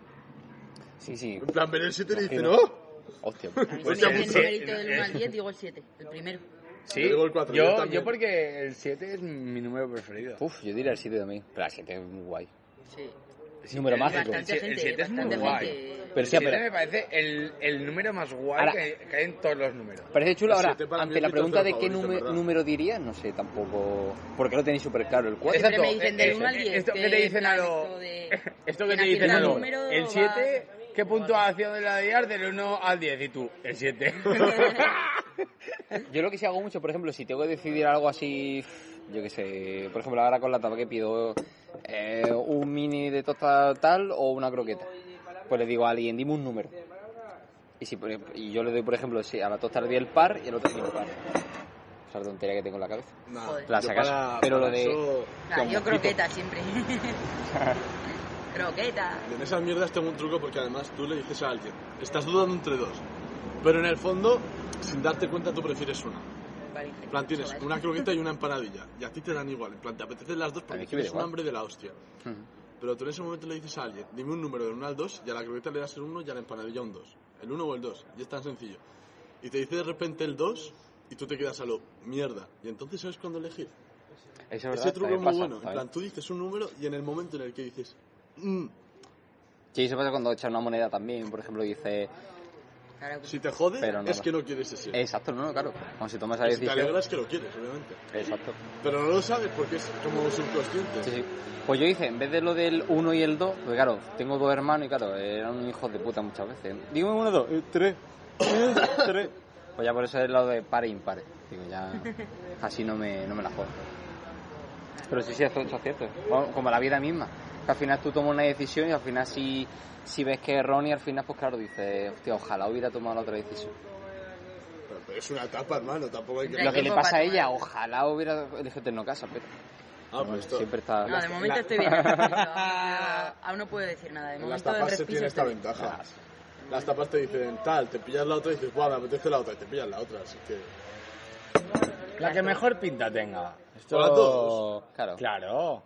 S1: sí, sí.
S3: En plan, ven el 7 y le dice,
S1: Imagino.
S3: no.
S1: *laughs* Hostia.
S6: A mí
S3: Pues
S6: si
S3: ya
S6: me dicen
S3: mucho.
S6: numerito del 1 al 10, digo el 7, el primero.
S2: Sí,
S3: Yo digo el cuatro, yo
S2: yo,
S3: también.
S2: yo porque el 7 es mi número preferido.
S1: Uf, yo diría el 7 también. Pero el 7 es muy guay.
S6: Sí.
S1: Es número
S6: Hay
S1: mágico.
S6: bastante
S2: El
S6: gente,
S2: siete es muy
S6: bastante
S2: guay.
S6: gente.
S1: Pero sí,
S2: el 7
S1: pero,
S2: me parece el, el número más guay
S1: Ahora-
S2: que, que hay en todos los números.
S1: parece chulo.
S3: El
S1: Ahora,
S3: siete para mí
S1: ante
S3: es
S1: la
S3: mi
S1: pregunta de
S3: tercero
S1: qué
S3: favorito,
S1: nume-
S3: ¿verdad?
S1: número dirías, no sé tampoco. Porque lo tenéis súper claro, el 4.
S6: Siempre me dicen del
S2: Exacto,
S6: 1 al
S2: eh,
S6: 10.
S2: Esto que te
S6: en
S2: dicen
S6: plan
S2: a lo-
S6: esto de-
S2: Esto que
S6: quien
S2: te dicen
S6: acierta
S2: a
S6: el
S2: lo-
S6: número
S2: El
S6: va-
S2: 7, ¿qué puntuación de la de Iar del 1 al 10? Y tú, el 7.
S1: Yo lo que sí hago mucho, por ejemplo, si tengo que decidir algo así, yo qué sé, por ejemplo, ahora con la tapa que pido eh, un mini de tosta tal o una croqueta, pues le digo a alguien, dime un número. Y, si, por ejemplo- y yo le doy, por ejemplo, sí, a la tosta le doy el par y al otro le doy el par. Esa es la tontería que tengo en la cabeza.
S3: Nah,
S6: Joder.
S1: La
S3: yo
S1: sacas. Pero lo de-
S3: eso-
S6: Claro, yo
S1: Como
S6: croqueta siempre. *laughs* croqueta.
S3: En esas mierdas tengo un truco porque además tú le dices a alguien, estás dudando entre dos, pero en el fondo, sin darte cuenta, tú prefieres una.
S6: Vale,
S3: En plan, tienes una croqueta y una empanadilla, y a ti te dan igual. En plan, te apetecen las dos
S1: A mí
S3: porque
S1: es que me da
S3: tienes un
S1: igual.
S3: hambre de la hostia. Pero tú en ese momento le dices a alguien, dime un número de 1 al 2, y a la croqueta le das el 1 y a la empanadilla un 2. El 1 o el 2, y es tan sencillo. Y te dice de repente el 2, y tú te quedas a lo mierda. Y entonces sabes cuándo elegir.
S1: Eso
S3: Ese truco es muy bueno. En plan, tú dices un número y en el momento en el que dices, "Mm",
S1: Sí, eso pasa cuando echas una moneda también, por ejemplo, dices,
S6: Claro,
S3: si te jode,
S1: Pero no
S3: es
S1: lo-
S3: que no quieres ese.
S1: exacto, no, no, claro, cuando si tomas la
S3: Y Si te
S1: decisión,
S3: alegras que lo quieres, obviamente.
S1: exacto.
S3: Pero no lo sabes porque es como subconsciente.
S1: Sí, sí. Pues yo hice, en vez de lo del 1 y el 2, pues claro, tengo dos hermanos y claro, eran hijos de puta muchas veces. Dígame 1, 2,
S3: eh,
S1: 3, 3. Pues ya por eso es lo de par e impar. Digo, ya así no me, no me la jodo. Pero sí, sí, esto esto es cierto. Bueno, como la vida misma. Que al final tú tomas una decisión y al final si, si ves que es errónea, al final pues claro, dices, hostia, ojalá hubiera tomado la otra decisión.
S3: Pero es una etapa, hermano, tampoco hay que...
S6: Hay
S1: Lo que le
S6: tiempo
S1: pasa a
S6: para
S1: ella,
S6: tomar.
S1: ojalá hubiera elegido no casa, pero
S3: Ah,
S1: bueno,
S3: pues esto...
S1: siempre está...
S6: No, de momento estoy bien. Aún no puedo decir nada. De
S3: En las
S6: momento el
S3: tapas se
S6: respiso
S3: tiene esta
S6: está bien.
S3: ventaja. Las tapas te dicen tal, te pillas la otra y dices, guau, me apetece la otra, y te pillas la otra, así que...
S2: La que mejor pinta tenga. Esto...
S3: O las dos.
S1: Claro.
S2: Claro.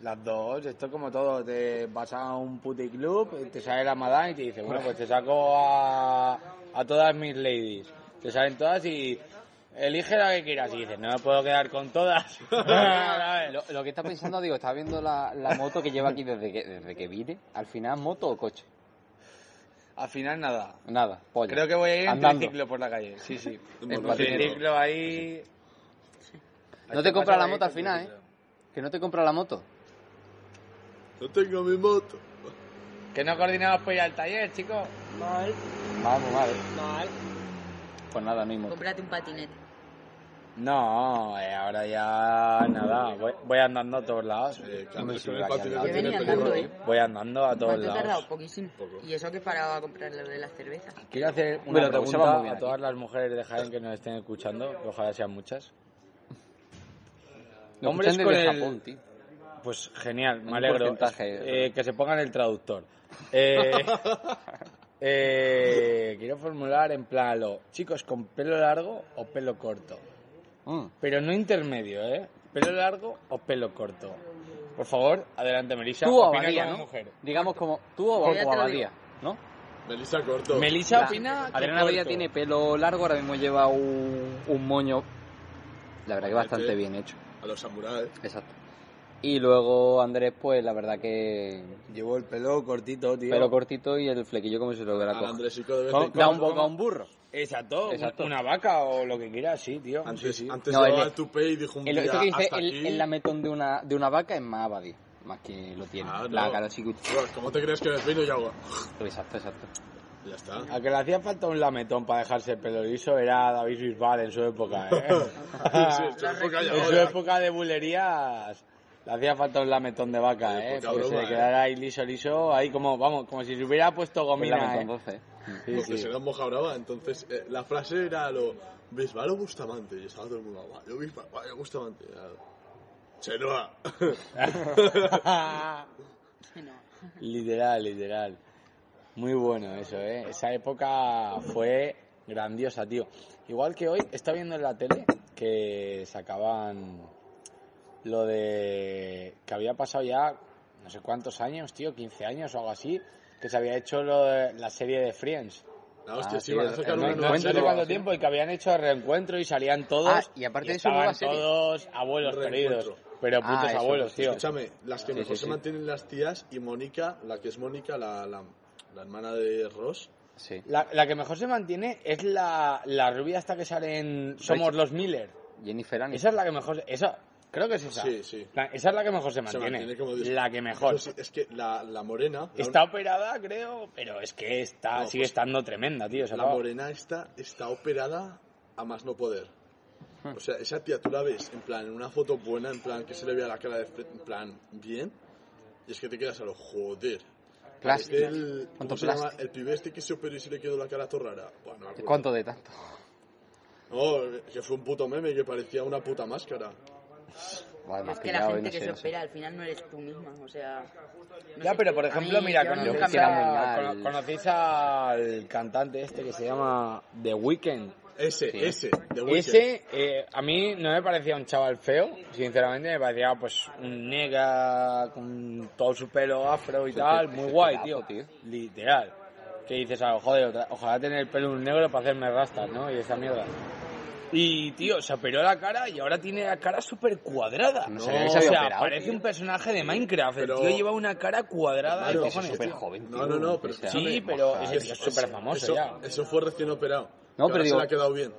S2: Las dos, esto es como todo, te vas a un puticlub, te sale la madame y te dice, bueno, pues te saco a, a todas mis ladies. Te salen todas y elige la que quieras. Y dices, no me puedo quedar con todas. *laughs* ¿Sabes?
S1: Lo, lo que está pensando, digo, estaba viendo la, la moto que lleva aquí desde que, desde que vine. Al final, moto o coche.
S2: Al final nada.
S1: Nada, polla.
S2: Creo que voy a ir en
S1: Andando.
S2: triciclo por la calle. Sí, sí.
S3: En
S2: En
S1: patinete.
S2: triciclo ahí...
S1: No te compras la moto al final, ¿eh? Que no te compra la moto.
S3: No tengo mi moto.
S2: Que no coordinamos para ir al taller, chicos.
S4: Mal,
S1: Vamos, vale.
S4: mal.
S1: Pues nada, no hay moto.
S6: Cómprate un patinete.
S2: No, eh, ahora ya nada, voy, voy andando a todos lados.
S3: claro,
S1: me
S3: es que en
S1: suena
S3: el
S1: que
S3: patinete
S1: al lado.
S6: Yo
S3: tiene
S6: venía
S3: peligro
S6: andando,
S3: ahí.
S6: ¿eh?
S2: Voy andando a todos
S6: ¿Cuánto he tardado?
S2: lados.
S6: Poquísimo. Y eso que paraba a comprar lo de las cervezas.
S2: Quiero hacer
S1: Me
S2: una
S1: lo
S2: pregunta
S1: preguntaba muy bien
S2: a
S1: aquí.
S2: todas las mujeres de Jaén que nos estén escuchando, que ojalá sean muchas.
S1: Lo
S2: Hombres
S1: escuchan
S2: con
S1: desde
S2: el-
S1: Japón, tío.
S2: Pues genial,
S1: Un
S2: me alegro.
S1: porcentaje.
S2: Eh, que se pongan el traductor.
S1: *laughs*
S2: Eh, eh, quiero formular en plan lo, chicos con pelo largo o pelo corto.
S1: Mm.
S2: Pero no intermedio, ¿eh? Pelo largo o pelo corto. Por favor, adelante, Melissa.
S1: Tú o
S2: opina
S1: Abadía,
S2: como
S1: ¿no?
S2: mujer.
S1: Digamos como tú o,
S6: Yo ya
S1: o
S6: te lo
S1: Abadía, ¿no?
S3: Melissa corto.
S2: Melissa
S1: La-
S2: opina. que
S1: Adriana Abadía
S2: corto.
S1: tiene pelo largo, ahora mismo lleva un, un moño La verdad que bastante bien hecho.
S3: A los samuráis.
S1: Exacto. Y luego Andrés, pues la verdad que
S2: Llevó el pelo cortito, tío.
S1: pelo cortito y el flequillo como si lo hubiera
S3: Al
S1: cogido.
S3: Andresico de vez en
S1: Con- Oh, Da
S3: cuando.
S1: un poco a un burro.
S2: Exacto,
S1: Exacto.
S2: Una vaca o lo que quieras, sí, tío. Sí,
S3: Antes,
S2: sí.
S3: antes
S1: No,
S3: llevaba
S1: el-
S3: el tupé y dijo un
S1: El,
S3: día
S1: esto que dice
S3: hasta
S1: el,
S3: aquí.
S1: el lametón de una, de una vaca es más abadí, más que lo tiene.
S3: Ah, no.
S1: La cara sí que-
S3: Bro, ¿Cómo te crees que me peino y hago? *laughs*
S1: Exacto, exacto.
S3: Ya está.
S2: A que le hacía falta un lametón para dejarse el pelo liso era David Bisbal en su época, *laughs* ¿eh?
S1: Ah,
S3: Sí, estoy un poco
S2: en su
S3: callado.
S2: época de bulerías le hacía falta un lametón de vaca,
S3: Oye,
S2: ¿eh?
S3: poca
S2: Porque se
S3: broma,
S2: le
S3: ¿eh?
S2: quedara ahí liso, liso, ahí como, vamos, como si se hubiera puesto
S1: El
S2: gomina,
S1: lametón
S2: ¿eh?
S1: 12.
S2: Sí,
S3: Porque
S2: sí.
S3: se lo han mojado brava. Entonces, eh, la frase era lo. Bisbal o Bustamante. Y estaba todo el mundo. "Guau, Yo Bisbal, guau, yo Bustamante. Y era, Chenoa.
S2: *laughs* Literal, literal. Muy bueno eso, ¿eh? Esa época fue grandiosa, tío. Igual que hoy, está viendo en la tele que sacaban lo de que había pasado ya no sé cuántos años, tío, 15 años o algo así, que se había hecho lo de la serie de Friends.
S3: Ah, hostia,
S1: Ah,
S3: sí,
S1: sí,
S3: van a
S1: el-
S3: sacar
S1: el
S2: Reencuentro
S3: una nueva
S1: reencuentro
S2: de
S3: serie.
S2: cuánto tiempo y que habían hecho el reencuentro y salían todos.
S1: Ah, y aparte de eso,
S2: estaban
S1: nueva serie.
S2: todos abuelos perdidos.
S3: Reencuentro.
S2: Pero
S1: Ah,
S2: putos
S1: eso,
S2: abuelos, tío.
S3: Escúchame, las que
S1: Sí,
S3: mejor
S1: sí,
S3: se
S1: sí.
S3: mantienen las tías y Mónica, la que es Mónica, la, la, la hermana de Ross.
S1: Sí.
S2: La, la que mejor se mantiene es la, la rubia hasta que sale en Somos los Miller.
S1: Jennifer
S2: Esa
S1: Aniston.
S2: es la que mejor... Esa, creo que es esa.
S3: Sí, sí.
S2: La- esa es la que mejor se
S3: Se
S2: mantiene.
S3: mantiene como Dios.
S2: la que mejor.
S3: Pero sí, es que la, la morena. la-
S2: Está operada, creo, pero es que está,
S3: No,
S2: sigue
S3: pues,
S2: estando tremenda, tío. esa
S3: La
S2: pava.
S3: morena esta está operada a más no poder. O sea, esa tía tú la ves en plan, en una foto buena, en plan, que se le vea la cara de Fred, en plan, bien. Y es que te quedas a lo joder.
S1: Plástico.
S3: Parece El, ¿cómo
S1: ¿Cuánto
S3: se llama?
S1: plástico?
S3: El pibe este que se operó y se le quedó la cara todo rara. Buah, no me acuerdo.
S1: ¿Cuánto de tanto?
S3: No, que fue un puto meme que parecía una puta máscara.
S1: Vale, me has
S6: Es que la
S1: pillado,
S6: gente
S1: no
S6: que
S1: sé,
S6: se
S1: no sé.
S6: opera, al final no eres tú misma, o sea... no
S2: Ya,
S6: sé,
S2: pero por
S6: a mí
S2: ejemplo, mira,
S6: yo
S2: conocéis,
S6: nunca me-
S1: era muy
S2: a-
S1: mal.
S2: cono- conocéis al cantante este que se llama The Weeknd.
S3: Ese,
S1: Sí.
S3: ese, de Weeknd.
S2: Ese, eh, a mí no me parecía un chaval feo, sinceramente, me parecía pues un nega con todo su pelo afro y
S1: Ese
S2: tal,
S1: pe-
S2: muy
S3: *laughs*
S1: ese
S2: guay,
S1: Este pedazo,
S2: tío.
S1: tío.
S2: Literal. Que dices, algo, joder, otra- ojalá tener el pelo un negro para hacerme rastas, ¿no? Y esa mierda. Y, tío, se operó la cara y ahora tiene la cara súper cuadrada.
S1: No sabía que se
S2: o
S1: había
S2: sea,
S1: operado,
S2: parece
S1: tío.
S2: un personaje de Minecraft.
S3: Pero-
S2: El tío lleva una cara cuadrada de
S1: Este
S3: Claro,
S2: cojones.
S1: súper
S2: tío.
S1: joven,
S3: No,
S1: tío.
S3: no, no, pero
S1: O sea,
S2: Sí,
S3: escúchame,
S2: pero
S1: moja,
S2: ese
S1: es-
S2: tío es súper famoso
S3: eso,
S2: ya.
S3: eso fue recién operado.
S1: No, pero
S3: Y ahora
S1: digo-
S3: se le ha quedado bien.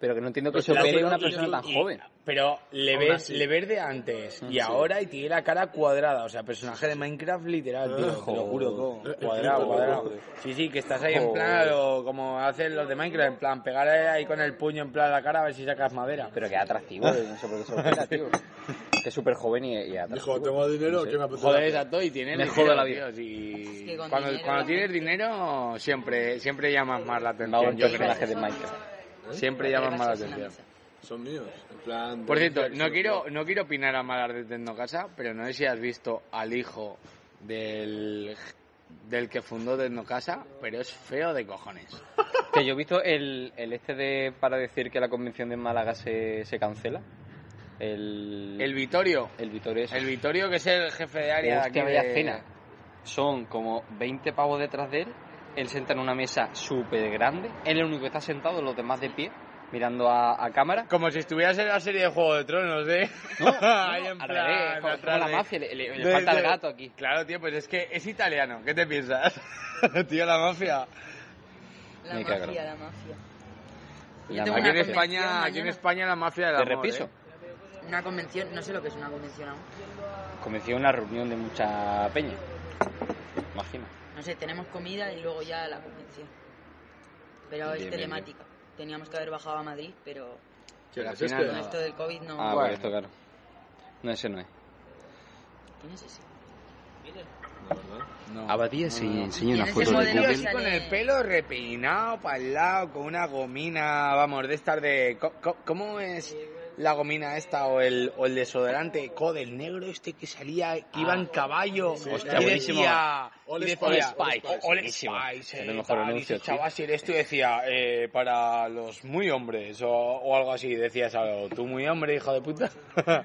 S1: Pero que no entiendo que
S3: Pues
S1: se
S3: la
S1: opere
S3: otra
S1: una
S3: no tiene
S1: persona tan
S3: ni-
S1: joven.
S2: Pero le
S3: Aún
S2: ves,
S3: así.
S2: le ves de antes y
S1: sí.
S2: ahora y tiene la cara cuadrada. O sea, personaje de Minecraft literal, tío. Te lo juro, co.
S3: Joder.
S2: Cuadrado, cuadrado.
S3: Joder.
S2: Sí, sí, que estás ahí en plan, o como hacen los de Minecraft, en plan, pegar ahí con el puño en plan a la cara a ver si sacas madera.
S1: Pero que es atractivo, no sé por qué se opera,
S3: *laughs*
S1: tío. Que es súper joven y, y atractivo.
S3: Dijo, tengo dinero, que me apetece.
S2: Joder, exacto, y tienes
S1: Me
S2: dinero,
S1: jode la vida.
S2: tío, sí.
S6: Es que con
S2: cuando,
S6: dinero-
S2: cuando tienes dinero, siempre, siempre llamas más la
S1: Va
S2: atención.
S1: un
S2: Yo
S1: personaje
S2: creo.
S1: de Minecraft.
S2: Siempre llamas más la
S6: Vas a una
S2: atención.
S6: mesa.
S3: Son míos. En plan,
S2: Por
S3: de-
S2: cierto, no
S3: de-
S2: quiero, no quiero opinar a malas de Tecnocasa, pero no sé si has visto al hijo del, del que fundó Tecnocasa, pero es feo de cojones.
S1: Que yo he visto el, el este de para decir que la convención de Málaga se, se cancela. El,
S2: El Vitorio,
S1: el Vitorio ese.
S2: el Vitorio que es el jefe de área de aquí
S1: Hostia, vaya
S2: de-
S1: cena. Son como 20 pavos detrás de él. Él senta en una mesa súper grande. Él es el único que está sentado, los demás de pie, mirando a, a cámara.
S2: Como si estuvieras en la serie de Juego de Tronos, ¿eh? *laughs* Ahí en
S1: Al
S2: plan,
S1: revés, como- como
S2: atrás
S1: la
S2: de-
S1: mafia, le, le- le
S2: de-
S1: falta el
S2: de-
S1: gato aquí.
S2: Claro, tío, pues es que es italiano, ¿qué te piensas? *laughs* tío, la mafia.
S6: La
S1: Me cago.
S6: mafia, la mafia.
S1: La
S2: Aquí
S6: Yo tengo una
S2: en
S6: convención
S2: España, aquí en
S6: mañana.
S2: España la mafia del
S1: Te
S2: amor,
S1: repiso.
S2: ¿eh?
S6: Una convención, no sé lo que es una convención aún.
S1: Comenzó una reunión de mucha peña. Imagina.
S6: No sé, tenemos comida y luego ya la convención. Pero
S1: Bien,
S6: es
S1: bien,
S6: telemática. Teníamos que haber bajado a Madrid, pero
S3: ¿Quién
S2: Al
S3: es
S2: final
S3: este?
S6: con esto del COVID no.
S1: Ah,
S2: Bueno.
S1: por esto, claro. No, ese no es.
S6: ¿Quién es ese?
S1: Abadía se enseña
S6: una foto de
S2: Tío,
S6: Google.
S2: así con el pelo repeinado para el lado, con una gomina, vamos, de estar de... co- co- ¿Cómo es la gomina esta o el, o el desodorante? Co, del negro este que salía, que iba en caballo.
S1: Hostia,
S2: y
S1: buenísimo.
S2: decía...
S3: All
S2: y
S3: Spice,
S2: decía,
S3: All Spice.
S2: o- All
S1: Buenísimo.
S2: Spice,
S1: Es
S2: eh,
S1: el mejor
S2: tal, y
S1: anuncio,
S2: se echaba así el esto y decía, eh, para los muy hombres o, o algo así. Decías algo, tú muy hombre, hijo de puta. *laughs*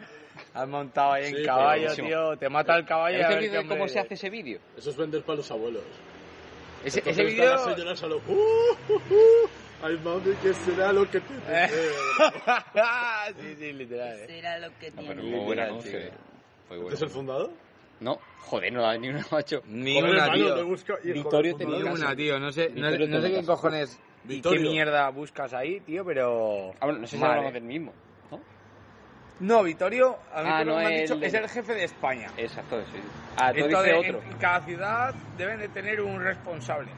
S2: Has montado ahí en
S3: Sí,
S2: caballo,
S1: buenísimo.
S2: tío. Te mata el caballo. y a
S1: ¿Has
S2: ver
S1: visto
S2: qué
S1: de cómo
S2: hombre
S1: se hace
S2: eres.
S1: ese vídeo?
S3: Eso es vender para los abuelos.
S2: Ese,
S3: Entonces
S2: ese
S3: están
S2: vídeo...
S3: las señoras a lo... ¡Uh, uh, uh! Ay, mami, que será lo que te deseo.
S2: *laughs* sí, sí, literal. eh.
S6: Será lo que
S1: No, pero
S6: tiene.
S1: muy buen
S2: Literal,
S1: anuncio.
S2: sí.
S1: eh. Fue
S3: ¿Este
S1: bueno.
S3: es el fundador?
S1: No, joder, no la hay ni una, macho.
S2: Ni
S3: Joder,
S2: una,
S3: hermano,
S2: tío.
S3: te busco- hijo
S1: Vittorio
S3: del
S1: tenía
S2: Ni
S3: fundador.
S2: una, tío. No sé, no,
S1: Vittorio
S2: no sé qué
S1: Tomás.
S2: cojones y qué
S3: Vittorio.
S2: mierda buscas ahí, tío, pero...
S1: Ah, bueno, no sé si
S2: Vale.
S1: hablamos del mismo. ¿no?
S2: No, Vittorio, a mí
S1: Ah,
S2: por lo
S1: no,
S2: que me han
S1: el
S2: dicho,
S1: de-
S2: es el jefe de España.
S1: Exacto, sí. Ah, tú
S2: Esto
S1: dices
S2: de-
S1: otro.
S2: En cada ciudad deben de tener un responsable.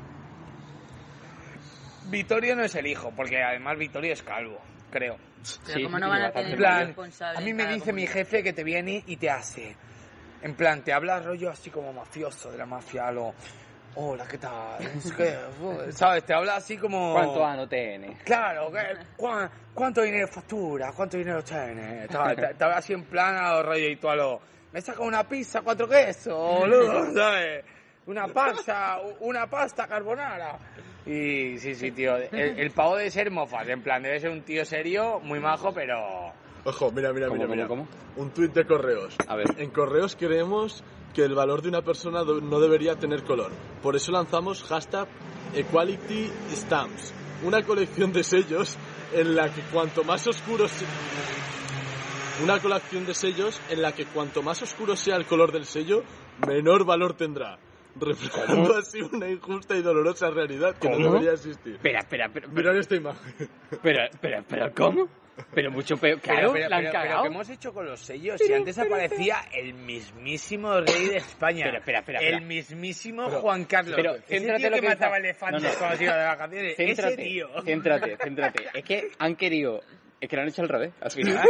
S2: Vittorio no es el hijo, porque además Vittorio es calvo, creo.
S6: Pero
S1: Sí,
S6: como no
S1: y
S6: van a
S1: bastante
S2: En
S6: tener
S1: mayor.
S6: un
S2: plan,
S6: responsable
S2: a mí
S6: en
S2: me
S6: cada
S2: dice mi
S6: comunidad.
S2: jefe que te viene y te hace. En plan, te habla rollo así como mafioso de la mafia, lo. Hola, ¿qué tal? No sé qué, *laughs* uh, ¿Sabes? Te habla así como.
S1: ¿Cuánto ano tiene?
S2: Claro, ¿qué? ¿Cuá- ¿cuánto dinero factura? ¿Cuánto dinero tiene? Tal, Te, te habla así en plan a los rollo y tú a lo. Me saca una pizza, cuatro quesos, boludo, ¿sabes? Una pasta, u- una pasta carbonara. Y sí, sí, tío. El, el pavo debe ser mofas, en plan, debe ser un tío serio, muy majo, pero.
S3: Ojo, mira, mira,
S1: ¿Cómo,
S3: mira,
S1: cómo,
S3: mira.
S1: cómo?
S3: Un tuit de correos.
S1: A ver.
S3: En correos creemos que el valor de una persona do- no debería tener color. Por eso lanzamos hashtag Equality Stamps, una colección de sellos en la que cuanto más oscuro se- una colección de sellos en la que cuanto más oscuro sea el color del sello, menor valor tendrá, reflejando así una injusta y dolorosa realidad que no
S1: ¿Cómo?
S3: debería existir.
S1: Espera, espera, espera.
S3: Mirad esta imagen.
S1: Pero, pero, pero, ¿cómo? Pero mucho peor. Claro,
S2: pero,
S1: la han
S2: pero- pero
S1: cagado.
S2: ¿qué hemos hecho con los sellos? si antes aparecía el mismísimo rey de España.
S1: Espera, espera, espera,
S2: El
S1: espera.
S2: mismísimo
S3: Pero-
S2: Juan Carlos.
S1: pero
S2: ese
S1: céntrate
S2: tío
S1: lo
S2: que,
S1: que
S2: mataba
S1: dice-
S2: elefantes
S1: No, no.
S2: cuando se iba de vacaciones. Ese
S1: Céntrate, *laughs*
S2: tío.
S1: céntrate, céntrate. Es que han querido... Es que lo han hecho al revés, al final.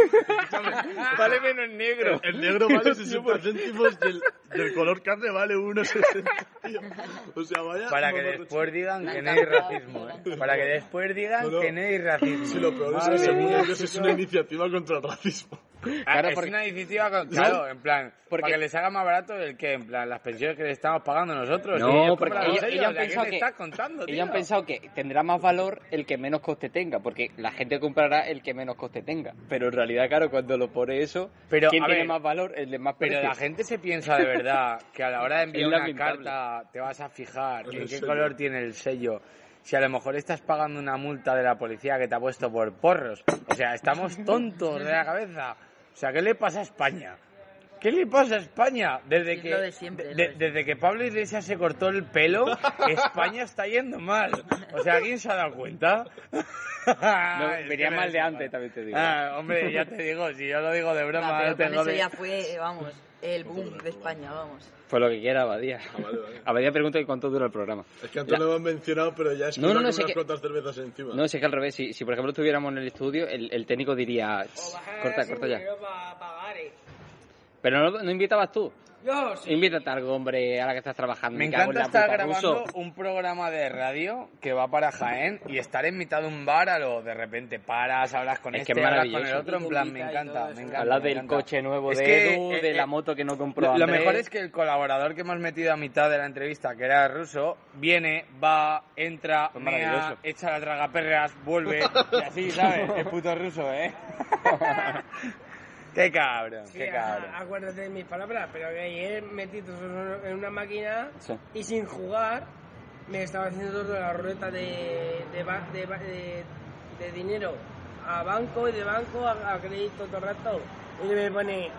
S1: vale menos negro.
S3: El negro vale 60 céntimos y el, y el color carne vale 1,60. tío. O sea, vaya.
S2: Para que
S3: mamarracho.
S2: después digan
S6: Me
S2: que no hay
S6: encanta.
S2: racismo, ¿eh? Para que después digan
S3: No, no.
S2: que no hay racismo.
S3: Si lo peor es que
S2: Madre
S3: según
S2: mía.
S3: ellos es una iniciativa contra el racismo.
S2: Ah,
S1: Claro,
S2: es
S1: porque-
S2: una iniciativa con... Claro, en plan,
S1: Porque-
S2: para que les haga más barato el que, en plan, las pensiones que le estamos pagando nosotros.
S1: No,
S2: Y ellos
S1: porque
S2: compran los
S1: ellos-
S2: sellos,
S1: ellos han
S2: o sea, ¿qué
S1: pensado
S2: me
S1: que-
S2: estás contando,
S1: Ellos han
S2: tío?
S1: pensado que tendrá más valor el que menos coste tenga, porque la gente comprará el que menos coste tenga. Pero en realidad, claro, cuando lo pone eso,
S2: Pero,
S1: ¿quién
S2: a
S1: tiene
S2: ver,
S1: más valor? El de más
S2: Pero
S1: precio.
S2: la gente se piensa de verdad que a la hora de
S1: *laughs*
S2: enviar
S1: Es
S2: una
S1: lamentable.
S2: carta te vas a fijar
S3: En
S2: en
S3: el
S2: qué
S3: sello.
S2: color tiene el sello. Si a lo mejor estás pagando una multa de la policía que te ha puesto por porros. O
S1: *laughs*
S2: sea, estamos tontos de la cabeza. O sea, ¿qué le pasa a España? ¿Qué le pasa a España? Desde
S6: Es
S2: que,
S6: lo de siempre,
S2: de-
S6: lo de siempre.
S2: desde que Pablo Iglesias se cortó el pelo,
S6: *laughs*
S2: España está yendo mal. O sea, ¿quién se ha dado cuenta? *laughs*
S1: No,
S2: Es Ah, que
S1: venía
S2: me
S1: mal de
S2: desagrada.
S1: antes, también te digo.
S2: Ah, hombre, ya te digo, si yo lo digo de broma,
S6: Va,
S2: no
S6: pero con
S2: tengo
S6: eso
S2: de-
S6: ya fue, eh, vamos, el boom de España, vamos.
S1: Pues lo que quiera, Abadía.
S3: vale, vale.
S1: Abadía pregunta que cuánto dura el programa.
S3: Es que antes lo hemos mencionado, pero ya es que
S1: No, no,
S3: iba
S1: no,
S3: con
S1: sé
S3: unas
S1: que-
S3: cuantas cervezas encima.
S1: No, si es que al revés, si, si por ejemplo estuviéramos en el estudio, el, el técnico diría, "Shh, corta, corta ya.
S4: Para pagar, eh.
S1: Pero no, no invitabas tú.
S4: Yo sí.
S1: Invítate a algo, hombre, ahora que estás trabajando.
S2: Me
S1: cago en
S2: encanta
S1: la
S2: estar
S1: puta,
S2: grabando
S1: ruso.
S2: un programa de radio que va para Jaén y estar en mitad de un bar a lo de repente paras, hablas con
S1: Es
S2: este,
S1: que es
S2: hablas con el
S1: maravilloso.
S2: otro, en plan, me encanta, me encanta.
S1: Hablas
S2: me
S1: del
S2: encanta.
S1: coche nuevo
S2: Es
S1: de
S2: que,
S1: Edu,
S2: eh,
S1: de la
S2: eh,
S1: moto que no compró
S2: Lo, lo
S1: Andrés.
S2: mejor es que el colaborador que hemos metido a mitad de la entrevista, que era ruso, viene, va, entra,
S1: Pues
S2: mea,
S1: maravilloso.
S2: echa la traga perras,
S1: *laughs*
S2: vuelve, y así, ¿sabes? Es puto ruso, ¿eh? qué cabrón,
S4: Sí,
S2: qué
S4: a-
S2: cabrón.
S4: acuérdate de mis palabras, pero que ayer metí todo en una máquina
S1: Sí.
S4: y sin jugar me estaba haciendo todo la ruleta de, de, ba- de ba- de- de dinero a banco y de banco a, a crédito todo el rato. Y me pone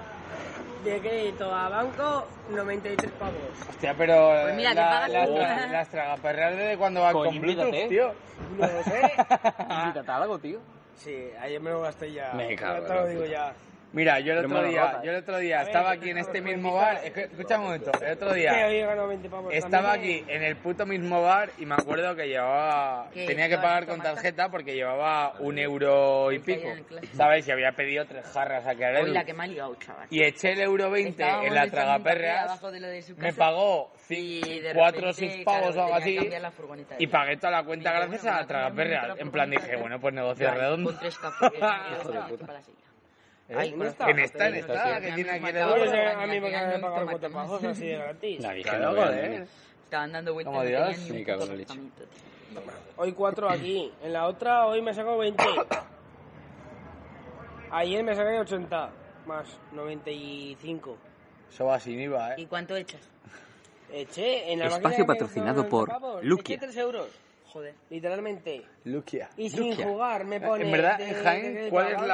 S4: de crédito a banco 93 pavos.
S2: Hostia, pero
S6: Pues mira, que
S2: la,
S6: pagas
S2: las,
S6: tú. ¿eh?
S2: tra- las tragaperras desde cuando va
S1: Coño,
S2: con Bluetooth,
S1: invítate.
S2: tío.
S4: No
S1: *laughs*
S4: lo sé.
S2: Ah.
S1: Invítate a algo, tío.
S4: Sí, ayer me lo gasté ya.
S1: Me cago en
S4: Te lo
S1: la
S4: digo
S1: puta.
S4: ya.
S2: Mira, yo el
S1: Pero
S2: otro
S1: me lo
S2: día,
S1: rotas.
S2: yo el otro día
S4: A ver,
S2: estaba
S4: que
S2: aquí en
S4: no
S2: este
S4: nos
S2: mismo
S4: invitan.
S2: bar, escu- escucha un momento, el otro
S4: Que
S2: día
S4: había ganado 20 pavos.
S2: estaba
S4: también,
S2: aquí en el puto mismo bar y me acuerdo que llevaba,
S6: ¿Qué?
S2: tenía que
S6: ¿Tomate,
S2: pagar con
S6: tomate?
S2: tarjeta porque llevaba un euro y
S6: Ahí caía
S2: pico,
S6: en el clásico.
S2: ¿sabes? Y había pedido tres jarras a
S6: Hoy la
S2: querer
S6: que me ha liado, chaval.
S2: y eché el euro 20
S6: Estábamos
S2: en la
S6: echando un café
S2: tragaperras,
S6: abajo de lo de su
S2: me
S6: casa
S2: pagó
S6: y de
S2: 4 o
S6: repente,
S2: 6 pavos
S6: claro,
S2: o algo
S6: tenía que
S2: así
S6: cambiar la furgoneta.
S2: y pagué toda la cuenta
S6: Digo,
S2: gracias a la
S6: bueno, me la comí, me la
S2: tragaperra. En
S6: comí,
S2: plan
S6: me la
S2: dije,
S6: comí.
S2: bueno, pues negocio
S6: Vale,
S2: redondo.
S6: Con tres cafés.
S2: *laughs*
S6: que
S1: Hijo de
S6: está
S1: puta.
S6: para la silla.
S2: ¿Eh?
S6: Ahí, con
S4: ¿Dónde
S6: los
S4: está?
S2: En
S6: cafés,
S2: esta, en
S6: los
S2: esta,
S6: cafés,
S2: que
S6: a mí
S2: tiene
S6: me
S2: aquí de
S6: mataban,
S2: dos.
S4: Pues, eh,
S6: mataban,
S4: a mí me
S6: mataban,
S4: acaban de
S6: no
S4: pagar cuatro
S6: mataban.
S4: pavos así de gratis.
S1: *laughs* La Virgen
S2: Claro,
S1: lo vea,
S2: joder.
S1: nene.
S6: Estaban dando vueltas.
S2: Como
S6: no
S2: Dios,
S6: tenían ni
S1: me
S6: un
S1: cago en
S6: puto
S1: la leche.
S6: apartamento, tío.
S4: Hoy cuatro aquí. En la otra hoy me saco 20. Ayer me saqué 80. Más 95.
S2: Eso va sin IVA, ¿eh?
S6: ¿Y cuánto echas?
S4: Eché en la
S1: Espacio
S4: máquina que
S1: patrocinado
S4: me
S1: por
S4: pavos,
S1: Lukia.
S4: Eché 3 euros. joder. Literalmente.
S7: Luquia.
S4: Y sin
S1: Luquia.
S4: jugar me pone.
S2: En verdad,
S4: de-
S2: en Jaén,
S4: de- de-
S2: ¿cuál es la-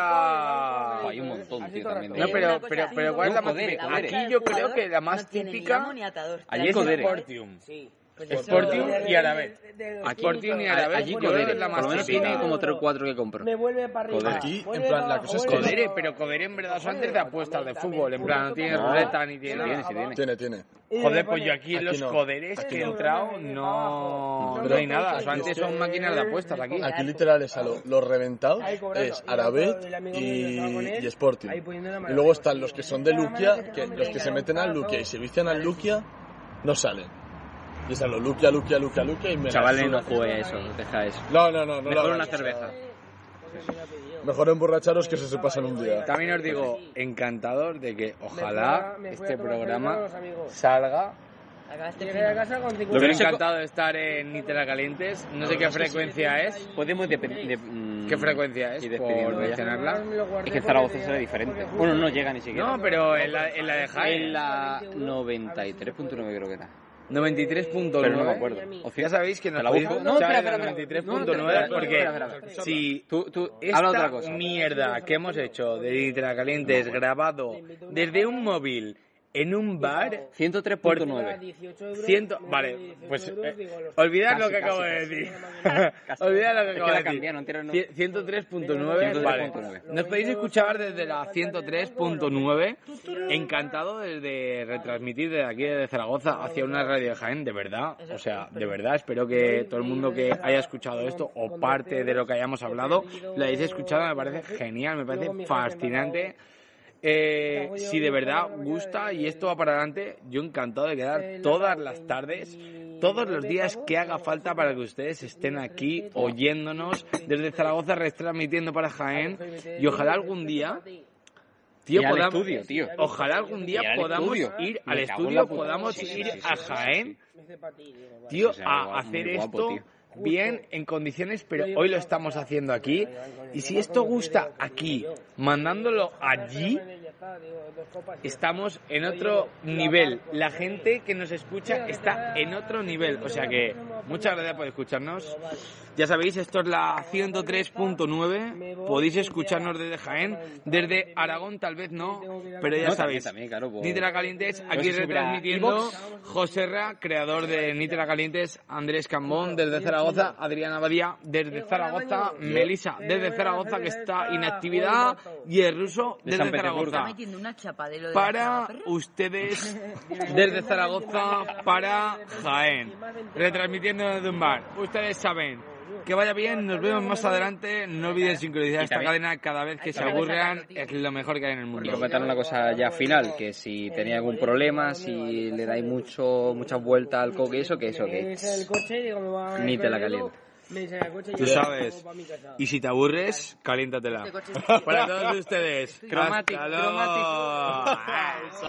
S4: Banco,
S1: Hay un montón,
S4: pues, así
S1: tío,
S4: todo el
S1: también.
S4: rato.
S2: No, pero,
S6: Una cosa,
S2: pero, pero ¿cuál es
S1: no,
S2: la más
S1: Codere,
S2: típica?
S1: Codere.
S2: Aquí yo creo que la más
S6: no tiene ni
S2: típica
S6: amo ni atador.
S1: Allí
S2: es
S6: Claro,
S1: Codere.
S2: Sportium.
S4: Sí.
S6: pues eso-
S2: Sportium y Arabet.
S1: Aquí-
S2: Sportium y Arabet
S1: allí
S2: yo creo que
S1: Codere.
S2: es la
S1: Por lo
S2: más
S1: menos
S2: típica.
S1: tiene como 3 o 4 que compré.
S4: Me vuelve para arriba.
S1: Joder.
S3: Aquí, en
S4: Vuelve
S3: plan, la
S4: abajo,
S3: cosa es
S4: vuelve
S2: Codere,
S4: abajo.
S2: pero Codere en verdad son
S4: Joder,
S2: antes de apuestas de
S4: también,
S2: fútbol. En plan, no
S4: punto
S2: tiene
S4: para-
S2: ruleta ni tiene
S1: Sí,
S2: nada.
S1: bien, sí, bien.
S3: Tiene, tiene.
S4: Y me
S2: Joder, pues
S4: pone-
S2: yo aquí en
S3: Aquí
S2: los
S3: no,
S2: coderes
S4: aquí
S2: que he
S4: no.
S2: entrado
S4: No,
S2: no, no,
S3: pero-
S2: hay nada. O sea,
S3: Es
S2: antes
S3: que-
S2: son máquinas de apuestas aquí.
S3: Aquí literal es a lo- los reventados,
S4: Ahí cobrando.
S3: es
S4: Y
S3: Arabet
S4: luego el amigo
S3: y,
S4: mío que estaba con él,
S3: y Sporting.
S4: ahí poniéndole la mano
S3: Y luego
S4: de
S3: están los
S4: bolsillo.
S3: que son de
S4: Mira, mano, que
S3: Luquia,
S4: te
S3: que
S4: come,
S3: los
S4: te
S3: que se
S4: come
S3: meten
S4: un
S3: al
S4: paso.
S3: Luquia y se vician al Luquia, no salen. Y están los Luquia, Luquia, Luquia, Luquia y me la
S1: Chavales, no
S3: suda.
S1: juegues pues eso, deja eso.
S3: No, no, no, no lo
S1: Mejor una
S3: hagáis.
S1: cerveza.
S3: Mejor emborracharos que se se pasan un día.
S2: También os digo, encantador de que ojalá
S4: Me fui a- me fui a
S2: este
S4: tomar cerveza con
S2: programa
S4: los amigos.
S2: salga.
S6: Acabaste
S4: Llegué a
S6: encima.
S4: casa con
S1: Lo
S2: Yo
S4: 50.
S1: que no sé
S2: encantado de estar en Nitela Calientes. No sé qué frecuencia es.
S1: Podemos depen- de- mm,
S2: ¿Qué frecuencia es?
S1: Y
S2: Por
S1: despedirnos ya.
S2: mencionarla.
S4: Me lo guardé
S1: Es que en
S4: porque
S1: Zaragoza
S4: tenía-
S1: será diferente.
S4: porque
S1: Bueno,
S4: justo-
S1: no llega ni siquiera.
S2: No, pero en la, en la de Jaén.
S1: En la 93.9 creo que era.
S2: 93.9.
S1: Pero no me acuerdo. O
S2: Ya sabéis que nos
S1: Te la
S2: podéis
S1: busco.
S2: escuchar
S1: No, espera,
S2: en la
S1: espera, espera. No,
S2: 93.9
S1: espera,
S2: porque
S1: espera, espera, espera.
S2: si
S1: Tú, tú,
S2: esta
S1: habla otra cosa.
S2: mierda que hemos hecho de Ditra Calientes grabado desde un móvil en un bar
S1: 103.9.
S4: 18 euros.
S2: ciento
S4: me dieron
S2: vale
S4: 18
S2: pues
S4: euros,
S2: eh,
S4: digo, los-
S2: olvidad
S1: Casi,
S2: lo que
S1: casi,
S2: acabo de
S1: casi.
S2: decir
S1: Casi.
S2: *laughs* olvidad lo que
S1: Es que
S2: acabo
S1: la
S2: de decir
S1: cambiaron, entero no.
S2: Cien- 103.9 vale
S1: 103.9.
S2: nos podéis escuchar desde la 103.9 encantado de- de retransmitir desde aquí desde Zaragoza hacia una radio de Jaén de verdad o sea de verdad espero que todo el mundo que haya escuchado esto o parte de lo que hayamos hablado lo hayáis escuchado me parece genial me parece fascinante eh, si de verdad gusta y esto va para adelante, yo encantado de quedar todas las tardes, todos los días que haga falta para que ustedes estén aquí oyéndonos desde Zaragoza, retransmitiendo para Jaén. Y ojalá algún día, tío,
S1: Y al
S2: podamos.
S1: estudio, tío.
S2: Ojalá algún día
S1: Y al
S2: podamos
S1: estudio.
S2: ir
S1: Me
S2: al
S1: cago en la
S2: estudio,
S1: puta.
S2: podamos
S1: Sí, sí,
S2: ir
S1: sí, sí,
S2: a
S1: sí.
S2: Jaén,
S1: Sí,
S2: tío,
S1: o sea,
S2: a
S1: guapo,
S2: hacer
S1: muy guapo,
S2: esto
S1: tío.
S2: bien, en condiciones, pero hoy lo estamos haciendo aquí. Y si esto gusta aquí, mandándolo allí, estamos en otro nivel. La gente que nos escucha está en otro nivel. O sea que muchas gracias por escucharnos. Ya sabéis, esto es la 103.9. Podéis escucharnos desde Jaén, desde Aragón tal vez no, pero ya
S1: No, también,
S2: sabéis.
S1: también, claro, pues, por-
S2: Nitera Calientes, aquí
S1: se subirá
S2: retransmitiendo José Ra, creador de Nitera Calientes, Andrés Cambón desde Zaragoza, Adrián Abadía desde Zaragoza, Melisa desde Zaragoza que está inactividad y el ruso
S1: De San
S2: desde
S1: Petersburgo.
S6: Está
S2: Zaragoza
S6: metiendo una chapadelo de
S2: para
S6: la perra.
S2: *laughs* ustedes desde Zaragoza para Jaén, retransmitiendo desde un bar. Ustedes saben. Que vaya bien, nos vemos más adelante. No olviden sincronizar
S1: Y
S2: esta
S1: también-
S2: cadena cada vez que se
S6: también-
S2: aburran. Es lo mejor que hay en el
S1: Y
S2: mundo.
S1: comentar una cosa ya final, que si tenéis algún problema, si le dais mucho, muchas vueltas al coque y eso, que eso, que...
S4: Hice el coche, digo, me voy a-
S1: Ni te la caliento.
S4: Me hice el coche y
S2: Tú
S4: yo
S2: sabes.
S4: voy pa' mi casa.
S2: Y si te aburres, *laughs*
S6: *laughs*
S2: caliéntatela.
S6: Este coche es-
S2: Para todos ustedes.
S6: Cromatic,
S1: *laughs*
S2: hasta luego.